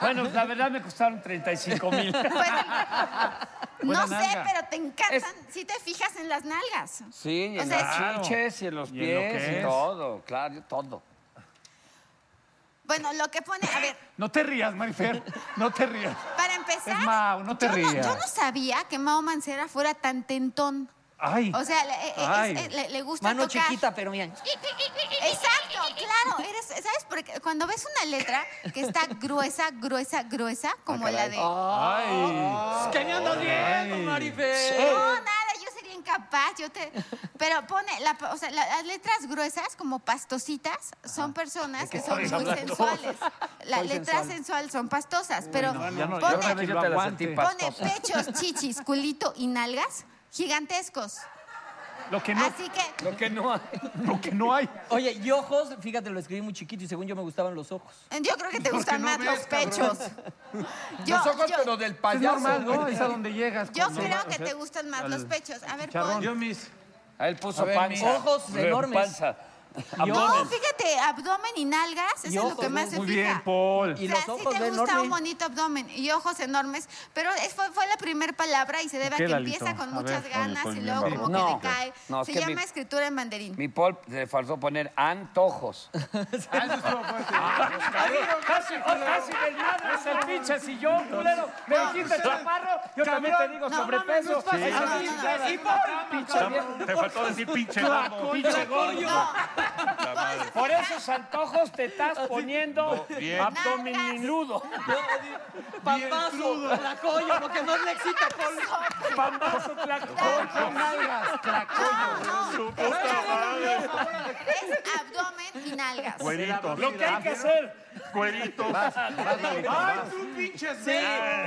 M: Bueno, la verdad me costaron 35 mil.
K: no sé, pero te encantan. Si te fijas en las nalgas.
G: Sí, y
K: O
G: en
K: sea,
G: las
K: es-
G: chiches y en los
M: Y en lo
G: pies
M: que
G: y
M: es.
G: todo, claro, yo todo.
K: Bueno, lo que pone, a ver,
C: No te rías, Marifer. No te rías.
K: para empezar.
C: Es Mau, no te
K: yo
C: rías.
K: yo no sabía que Mao Mancera fuera tan tentón.
C: Ay.
K: O sea, le, eh, eh,
C: Ay.
K: es- eh, le- le gusta
D: Mano
K: tocar.
D: chiquita, pero bien.
K: Exacto, claro. Eres, ¿Sabes? Porque cuando ves una letra que está gruesa, gruesa, gruesa, como la de.
M: Ay. Es que me andas viendo,
K: Ay.
M: Marifer.
K: No, nada, yo sería incapaz. Yo te... Pero pone, la- o sea, la- las letras gruesas, como pastositas, son personas
M: qué
K: que son
M: estás
K: muy
M: hablando?
K: sensuales. Las
M: Soy
K: letras
M: sensual.
K: sensuales son pastosas, pero
M: no, ya no, ya
K: pone,
M: otra vez yo te la sentí
K: pone
M: pastosa.
K: pechos, chichis, culito y nalgas gigantescos.
C: Lo que
D: no.
K: Así que
D: Lo que no hay.
C: Lo que no hay.
D: Oye, y ojos, fíjate, lo escribí muy chiquito y según yo me gustaban los ojos.
K: Yo creo que te gustan más los pechos. Yo-
D: los ojos,
K: yo-
D: pero del
C: Es
D: payaso.
C: normal, ¿no? Es a donde llegas.
K: Yo
C: cuando-
K: creo
C: o
K: que
C: sea,
K: te gustan más
C: al-
K: los pechos. A ver,
C: chicharrón.
K: pon.
C: Yo
E: mis.
G: A él puso
C: A ver,
G: panza.
C: mis ojos
G: re-
C: enormes.
G: Panza.
K: No,
G: Abdomen.
K: fíjate, abdomen y nalgas, eso
G: Y
K: es lo que
G: ojos,
K: más
G: ¿no?
K: se
G: Muy
K: fija.
G: bien, Paul.
K: O
G: Y
K: sea,
G: los
K: sí
G: ojos,
K: te
G: ve
K: gusta
G: enorme.
K: un bonito abdomen y ojos enormes, pero es- fue, fue la primera palabra y se debe a
G: ¿Qué,
K: que
G: Lalito?
K: empieza con
G: A
K: muchas
G: ver.
K: ganas
G: Oye,
K: y
G: estoy
K: luego
G: bien
K: como que
G: bajo. No.
K: decae.
G: No, es
K: se
G: que
K: llama
G: mi-
K: escritura en banderín.
G: Mi Paul le faltó poner antojos.
M: Casi, casi del madre es el pinche sillón, culero. Me
C: No,
M: dijiste
C: pues,
M: chaparro, yo también te digo
C: no,
M: sobrepeso.
C: mames, no es fácil.
M: Así,
C: No, no, no.
M: y por- pinche viejo.
B: Te faltó decir pinche
M: Claro,
B: gordo.
M: pinche gordo.
B: La madre.
M: Por esos antojos te estás poniendo
B: bien.
M: abdomininudo. Pambazo, tlacoyo, lo que más le excita, Paul. Pambazo, tlacoyo. Nalgas,
K: tlacoyo. Es abdomen y nalgas.
B: Cueritos.
M: Lo que hay que hacer.
B: Cueritos.
D: Ay, tú
E: pinche
D: Sí,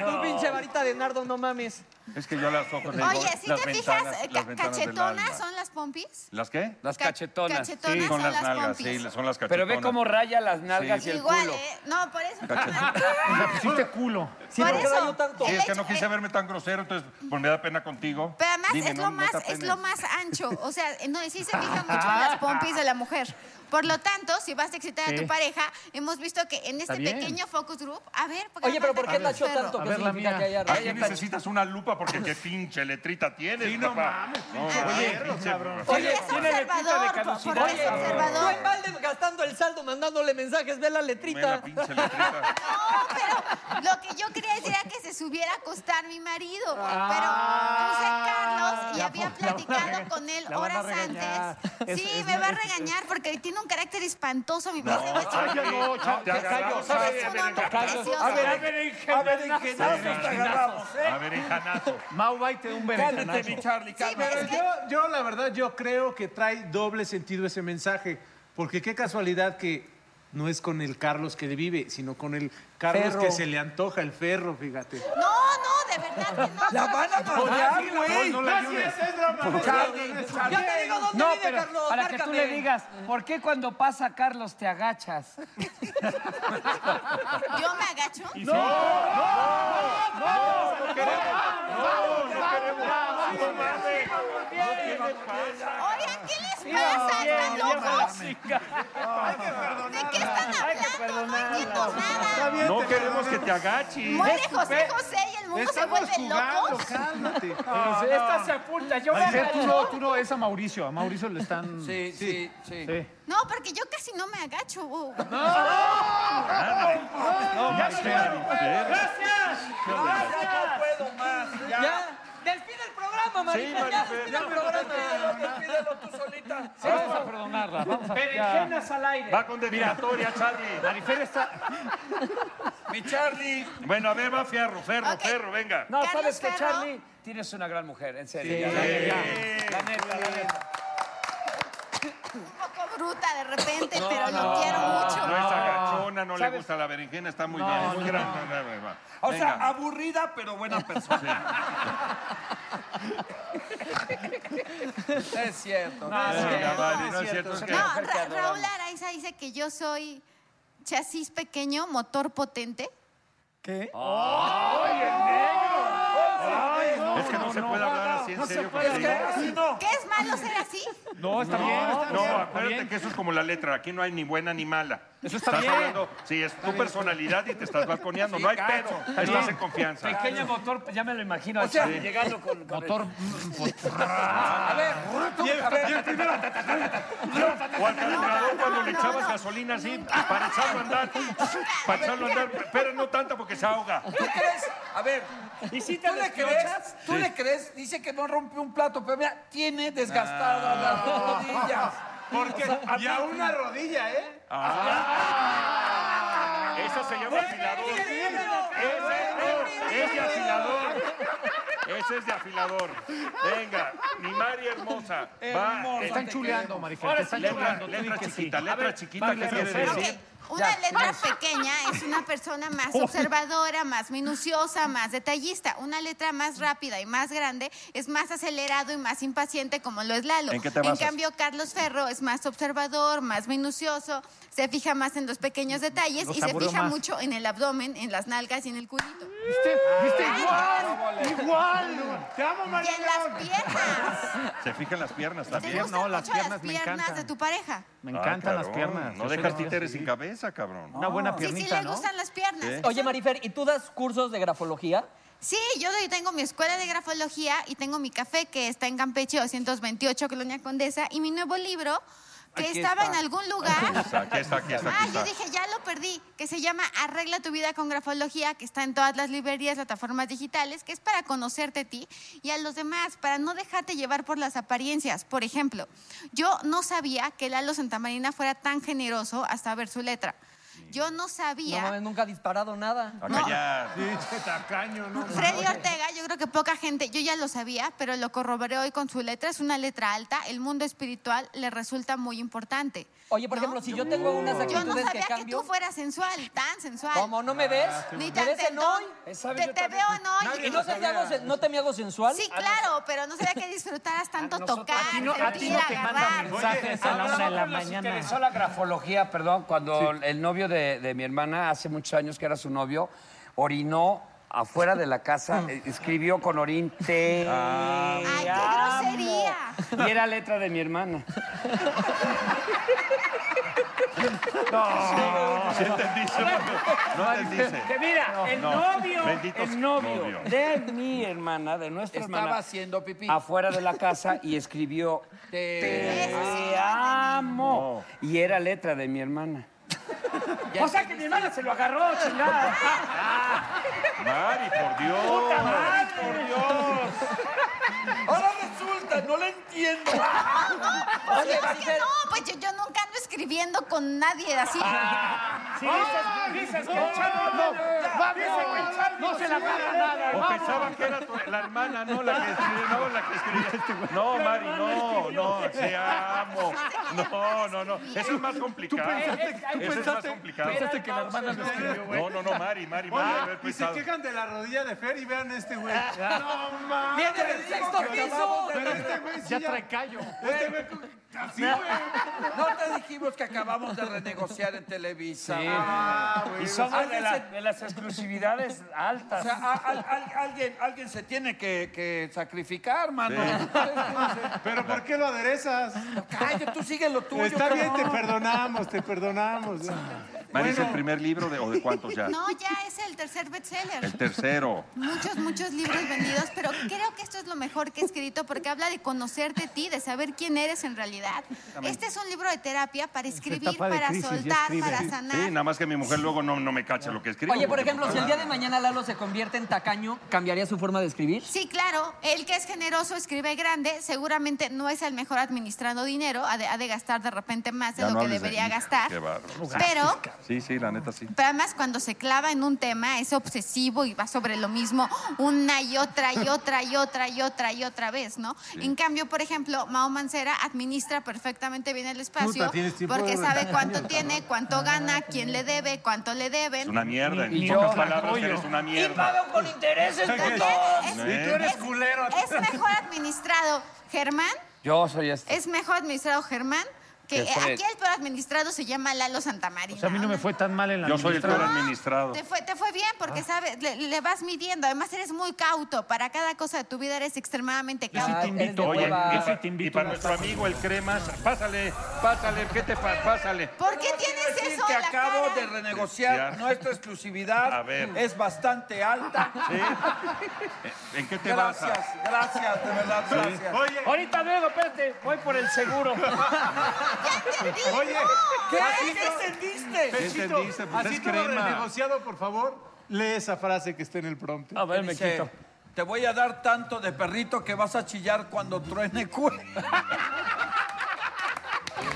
B: No.
D: tú pinche varita de nardo, no mames.
B: Es que yo las ojos le digo,
K: Oye, si
B: las
K: te
B: ventanas-
K: fijas, eh,
B: las
K: ca-
B: ventanas del alma.
K: cachetonas son las pompis.
B: ¿Las qué?
G: Las
K: Ca-
G: cachetonas.
K: cachetonas Sí, son
B: son las
K: las
B: nalgas,
K: pompis.
B: sí, son las cachetonas.
G: Pero ve cómo raya las nalgas
B: Sí.
G: y el
K: Igual,
G: culo.
K: ¿eh? No, por eso.
C: pusiste culo.
K: Por eso.
B: Sí,
K: el
B: es que
K: hecho- eh,
B: no quise verme tan grosero, entonces pues me da pena contigo.
K: Pero además
B: Dime,
K: es,
B: no-
K: lo
B: no
K: más,
B: te
K: es
B: apenes.
K: lo más ancho. O sea, no, sí se fija mucho en las pompis de la mujer. Por lo tanto, si vas a excitar a
D: Sí.
K: tu pareja, hemos visto que en este
B: bien.
K: pequeño focus group, a ver,
D: Oye, pero ¿por qué
K: la
D: tachó tanto?
B: A
D: ¿Qué
B: ver, la
D: significa
B: mía.
D: que haya
B: Aquí
D: raya?
B: Ah, necesitas una lupa porque qué pinche letrita tienes, no mames,
D: Oye,
B: tiene letrita de caducidad.
D: Oye, tú en balde gastando el saldo, mandándole mensajes, ve la letrita.
K: Lo que yo quería decir era que se subiera a acostar mi marido. pero puse a Carlos y había platicado con él
M: la van a
K: horas
M: regañar.
K: antes.
M: Es-
K: sí,
M: es-
K: me va a regañar porque tiene un carácter espantoso. Mi
M: No,
K: marido.
M: ay, ya no, Cha-
B: Te
M: Cha-
B: agarramos,
M: Chayo,
B: ay,
M: es un
B: a
M: hombre
B: berenjenazos.
M: precioso.
B: A
C: Ah,
B: ver,
M: A berenjenazos.
B: berenjenazos te
M: A berenjenazos.
B: agarramos, ¿eh? A berenjenazo.
C: Mau, baite un
E: Cállate,
H: este,
C: berenjenazo.
E: mi Charlie,
C: cálmate.
E: Pero yo, yo, la verdad, yo creo que trae doble sentido ese mensaje. Porque qué casualidad que no es con el Carlos que vive, sino con el Carlos
D: Ferro.
E: que se le antoja el ferro, fíjate.
K: No, no, de verdad que no.
E: La van a madrear, güey. No, no la ayudes.
M: Yo te digo dónde
G: No,
M: vive
G: pero
M: Carlos,
G: Para que tú
M: márcame.
G: le digas, ¿por qué cuando pasa Carlos te agachas?
K: Yo me agacho.
M: No, no, no, no queremos.
K: Oigan, ¿qué les pasa? ¿Están locos? ¿De qué están hablando? No entiendo nada.
B: No queremos que te agaches.
K: Muere José José y el mundo se
M: Estamos
K: vuelve
M: jugando,
K: loco.
E: Cálmate.
M: Pues Esta se apunta, yo me
C: Marifer, tú no,
M: agacho.
C: tú no, es a Mauricio. A Mauricio le están... Sí,
H: sí, sí.
K: No, porque yo casi no me agacho. No.
C: No,
M: Gracias.
C: Marifer.
H: Gracias.
M: Gracias.
H: No puedo más. Ya.
M: Despide el programa. programa, Marifé.
J: Marifé.
M: Ya,
J: No,
M: programa.
H: Pídelo, pídelo tú solita.
C: Sí, vamos a perdonarla. Vamos a
J: Berenjenas al aire.
B: Va con dedicatoria, Charlie.
C: Marifer está.
H: Mi Charlie.
B: Bueno, a ver, va Fierro, Ferro, Ferro, venga.
G: No, sabes que Charlie tienes una gran mujer, en serio.
B: Sí.
G: ya,
B: Eh,
G: ya, ya. La neta, la neta.
K: Un poco bruta de repente, pero
B: no,
K: lo quiero mucho.
B: No es agachona, no le
H: ¿Sabes?
B: gusta la berenjena, está muy
H: No,
B: bien. es
H: no,
B: gran-
H: no.
B: gran- gran- gran-
H: O sea,
B: Venga.
H: aburrida, pero buena persona. No es cierto.
B: No,
H: es
B: no,
H: cierto,
B: vale, no es cierto,
H: es
B: es
H: una
B: que-
K: No,
H: mujer que
K: Ra-
H: adoramos.
K: Raúl Araiza dice que yo soy chasis pequeño, motor potente.
I: ¿Qué?
B: es que no, se puede hablar así en serio. contigo.
K: ¿Qué es malo ser así?
C: No, Oh, está
B: no,
C: bien, está
B: no,
C: bien, está
B: acuérdate
C: bien.
B: que eso es como la letra. Aquí no hay ni buena ni mala.
C: Eso está
B: estás
C: bien.
B: Hablando, sí, es tu personalidad y te estás balconeando.
C: Sí,
B: no hay
C: cacho.
B: pedo.
C: Está
B: Estás
C: bien.
B: en confianza.
C: Pequeño motor, ya me lo imagino.
B: O
C: a
B: sea,
C: Charlie llegando con, motor.
B: A ver, O al carburador cuando le echabas gasolina así, para echarlo a andar. Para echarlo a andar, pero no tanta porque se ahoga.
H: ¿Tú crees? A ver.
C: ¿Y si
H: ¿Tú le crees? ¿Tú
B: Sí.
H: le crees? Dice que no rompió un plato, pero mira, tiene desgastada las rodillas.
E: Porque, y a una rodilla, ¿eh?
B: Esa se llama afilador. Esa no, es de afilador. Ese es de afilador. Venga, mi Mari hermosa. Va,
C: Hermosa, Están te chuleando, queremos. Marifer, te
B: Ahora
C: están
B: sí, letra,
C: chuleando, tú
B: Letra
C: di que sí.
B: chiquita,
C: A
B: letra
C: ver,
B: chiquita.
C: vas,
B: ¿Qué quiere
C: Lefer.
B: decir?
K: Una
B: Ya,
K: letra
B: vas.
K: pequeña es una persona más observadora, más minuciosa, más detallista. Una letra más rápida y más grande es más acelerado y más impaciente como lo es Lalo.
B: ¿En qué te basas?
K: cambio, Carlos Ferro es más observador, más minucioso, se fija más en los pequeños detalles
C: Los
K: y se
C: saboreó
K: fija
C: más.
K: mucho en el abdomen, en las nalgas y en el culito.
C: ¿Viste? ¿Viste?
K: Ay.
C: Igual, igual. Te amo,
K: Y en las piernas.
B: Se fijan las piernas
K: ¿Te
B: también.
K: gustan mucho las piernas, de tu pareja?
C: Me
B: Ah,
C: encantan las
B: cabrón,
C: piernas.
B: No
C: Yo
B: dejas
C: soy-
B: títeres sin cabeza, cabrón.
C: Una buena
K: Sí, sí,
C: piernita,
K: le
C: ¿no?
K: gustan las piernas.
B: Sí.
I: Oye, Marifer, ¿y tú das cursos de grafología?
K: Sí, yo doy- tengo mi escuela de grafología y tengo mi café que está en Campeche 228, Colonia Condesa, y mi nuevo libro que
B: Aquí
K: estaba
B: está.
K: en algún
B: Aquí
K: lugar.
B: está, aquí está, aquí está.
K: Ah,
B: aquí
K: yo
B: está.
K: dije, ya lo perdí, que se llama Arregla tu vida con grafología, que está en todas las librerías, plataformas digitales, que es para conocerte a ti y a los demás, para no dejarte llevar por las apariencias. Por ejemplo, yo no sabía que Lalo Santamarina fuera tan generoso hasta ver su letra. Yo no sabía...
I: No mames, nunca ha disparado nada.
B: Acá ya.
E: tacaño, ¿no?
K: Freddy Ortega, yo creo que poca gente, yo ya lo sabía, pero lo corroboré hoy con su letra, es una letra alta, el mundo espiritual le resulta muy importante.
I: Oye, por ejemplo, si yo tengo unas
K: Yo no
I: actitudes que
K: sabía que,
I: cambio...
K: tú fueras sensual, tan sensual.
I: ¿Cómo? ¿No me ves?
K: Ni
I: ¿Me
K: tan
I: ves en
K: tentón.
I: hoy?
K: Te, te veo en hoy.
I: ¿Y no, se te hago sen- no te me hago sensual?
K: Sí, claro, pero no sabía que disfrutaras tanto tocar,
C: a ti no- a ti
K: sentir,
C: no te mandan
K: agarrar.
G: mensajes a la una de la mañana. interesó la grafología, perdón, cuando el novio de, de mi hermana, hace muchos años que era su novio, orinó afuera de la casa, eh, escribió con orín te
E: Ah.
K: ¡Ay,
G: amo".
K: qué grosería!
G: Y era letra de mi hermana.
B: Sí entendiste, no, no entendiste.
G: Que mira, el
B: no.
G: novio,
B: Benditos
G: el novio,
B: novio.
G: de mi hermana, de nuestra
H: Estaba
G: hermana, Ah.
H: haciendo pipí.
G: afuera de la casa y escribió
H: Te-
C: Ah,
G: Te amo. Y era letra de mi hermana.
C: O sea que mi hermana se lo agarró, chingada.
B: Mari, por Dios.
C: Puta madre.
B: Por Dios.
H: Ahora resulta, no la entiendo.
K: Pues claro que no, pues yo, yo nunca ando escribiendo con nadie así.
C: Si dices, dices que el Charlie no, dices que el Charlie no se la agarra nada.
B: O
C: vamos.
B: pensaba que era tu- la hermana, no la que escribió, no, la que escribió este güey. No, Mari, no, no, te amo. No, no, no. Eso es más complicado. Eso es más complicado.
C: que la hermana lo escribió,
B: No, no, no, Mari, Mari, Mari,
E: Oye,
B: haber
E: y se
B: pensado.
E: quejan de la rodilla de Fer y vean este güey. No mames.
I: Viene del sexto
E: Pero
I: piso.
E: este güey sí
C: Ya trae callo.
E: Este güey con- así, güey.
H: No te dijimos que acabamos de renegociar en Televisa.
G: Sí.
E: Ah, güey.
G: Y somos de,
H: Alguien
G: la-
H: se-
G: de las exclusividades altas.
H: O sea, a- al- al- alguien, alguien se tiene que, que sacrificar, mano.
E: Pero ¿por qué lo aderezas? Pues
H: Cállate, tú sigue lo tuyo.
E: Está bien, te
H: cabrón.
E: perdonamos, te perdonamos.
B: Mari, ¿Es
K: Bueno.
B: el primer libro de, o de cuántos ya?
K: No, ya es el tercer bestseller.
B: El tercero.
K: Muchos, muchos libros vendidos, pero creo que esto es lo mejor que he escrito porque habla de conocerte a ti, de saber quién eres en realidad. Este es un libro de terapia para escribir,
B: Etapa de
K: para
B: crisis, ya
K: soltar,
B: escribe.
K: para sanar.
B: Sí, nada más que mi mujer luego no, no me cacha lo que escribo.
D: Oye, por
B: porque,
D: ejemplo,
B: pues,
D: si el
B: nada.
D: día de mañana Lalo se convierte en tacaño, ¿cambiaría su forma de escribir?
K: Sí, claro, el que es generoso escribe grande, seguramente no es el mejor administrando dinero, ha de, ha de gastar de repente más de
B: Ya
K: lo
B: no
K: que
B: hables de-
K: debería
B: hija,
K: gastar.
B: qué bárbaro.
K: Pero-
B: Sí, sí, la neta sí.
K: Pero además cuando se clava en un tema es obsesivo y va sobre lo mismo una y otra y otra y otra y otra y otra vez, ¿no?
B: Sí.
K: En cambio, por ejemplo, Mao Mancera administra perfectamente bien el espacio
B: Puta, tienes tiempo
K: porque
B: de- Ah,
K: sabe cuánto tiene, cuánto gana, quién le debe, cuánto le deben.
B: Es una mierda. En
M: Y yo,
B: pocas
M: la
B: palabras,
M: apoyo.
B: eres una mierda.
K: con intereses,
B: putos.
K: Es,
B: Y tú eres
K: es- es mejor administrado Germán,
G: Yo soy este.
K: es mejor administrado Germán, que eh,
G: Que Fred.
K: aquí el peor administrado se llama Lalo Santamarina.
C: O sea, a mí no me fue Ah. tan mal en la
B: Yo soy el peor
C: administración.
B: administrado.
K: Te fue, te fue bien porque sabes, le, le vas midiendo. Además, eres muy cauto. Para cada cosa de tu vida eres extremadamente cauto.
B: Oye,
C: hueva.
B: y-
C: Yo sí te invito
B: y para
C: a
B: nuestro
C: unas
B: amigo el Cremas, pásale, pásale, ¿qué te pasa? Pásale.
K: ¿Por qué tienes
H: decir
K: eso
H: que
K: en la
H: acabo
K: cara?
H: de renegociar
B: Ya.
H: nuestra exclusividad. Es bastante alta.
B: ¿En qué te
H: Gracias,
B: basas?
H: gracias, de verdad,
B: Sí.
H: gracias.
B: Oye.
J: Ahorita luego, espérate, voy por el seguro.
E: Oye,
H: ¿qué,
E: así no-
H: ¿Qué entendiste?
E: Pechito,
B: entendiste? Pues
E: así
B: es
E: no lo
B: crema.
E: renegociado, por favor, lee esa frase que está en el prompt.
H: A ver, me quito. Te voy a dar tanto de perrito que vas a chillar cuando truene culo.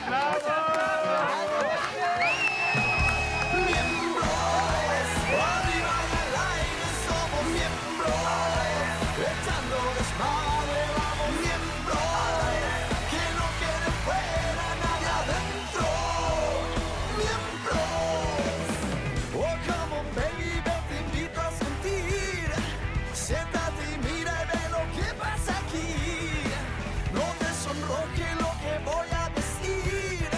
M: Oh, Oh, come on, baby, te invito a sentir. Siéntate y mira y ve lo que pasa aquí. No te sonroje lo que voy a decir.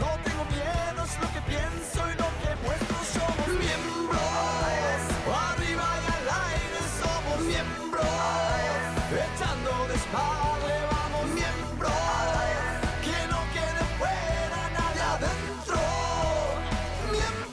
M: No tengo miedo, es lo que pienso y lo que muestro. Somos miembros. Arriba y al aire somos miembros. Echando desmadre vamos miembros. Que no quede fuera nadie adentro. Miembros.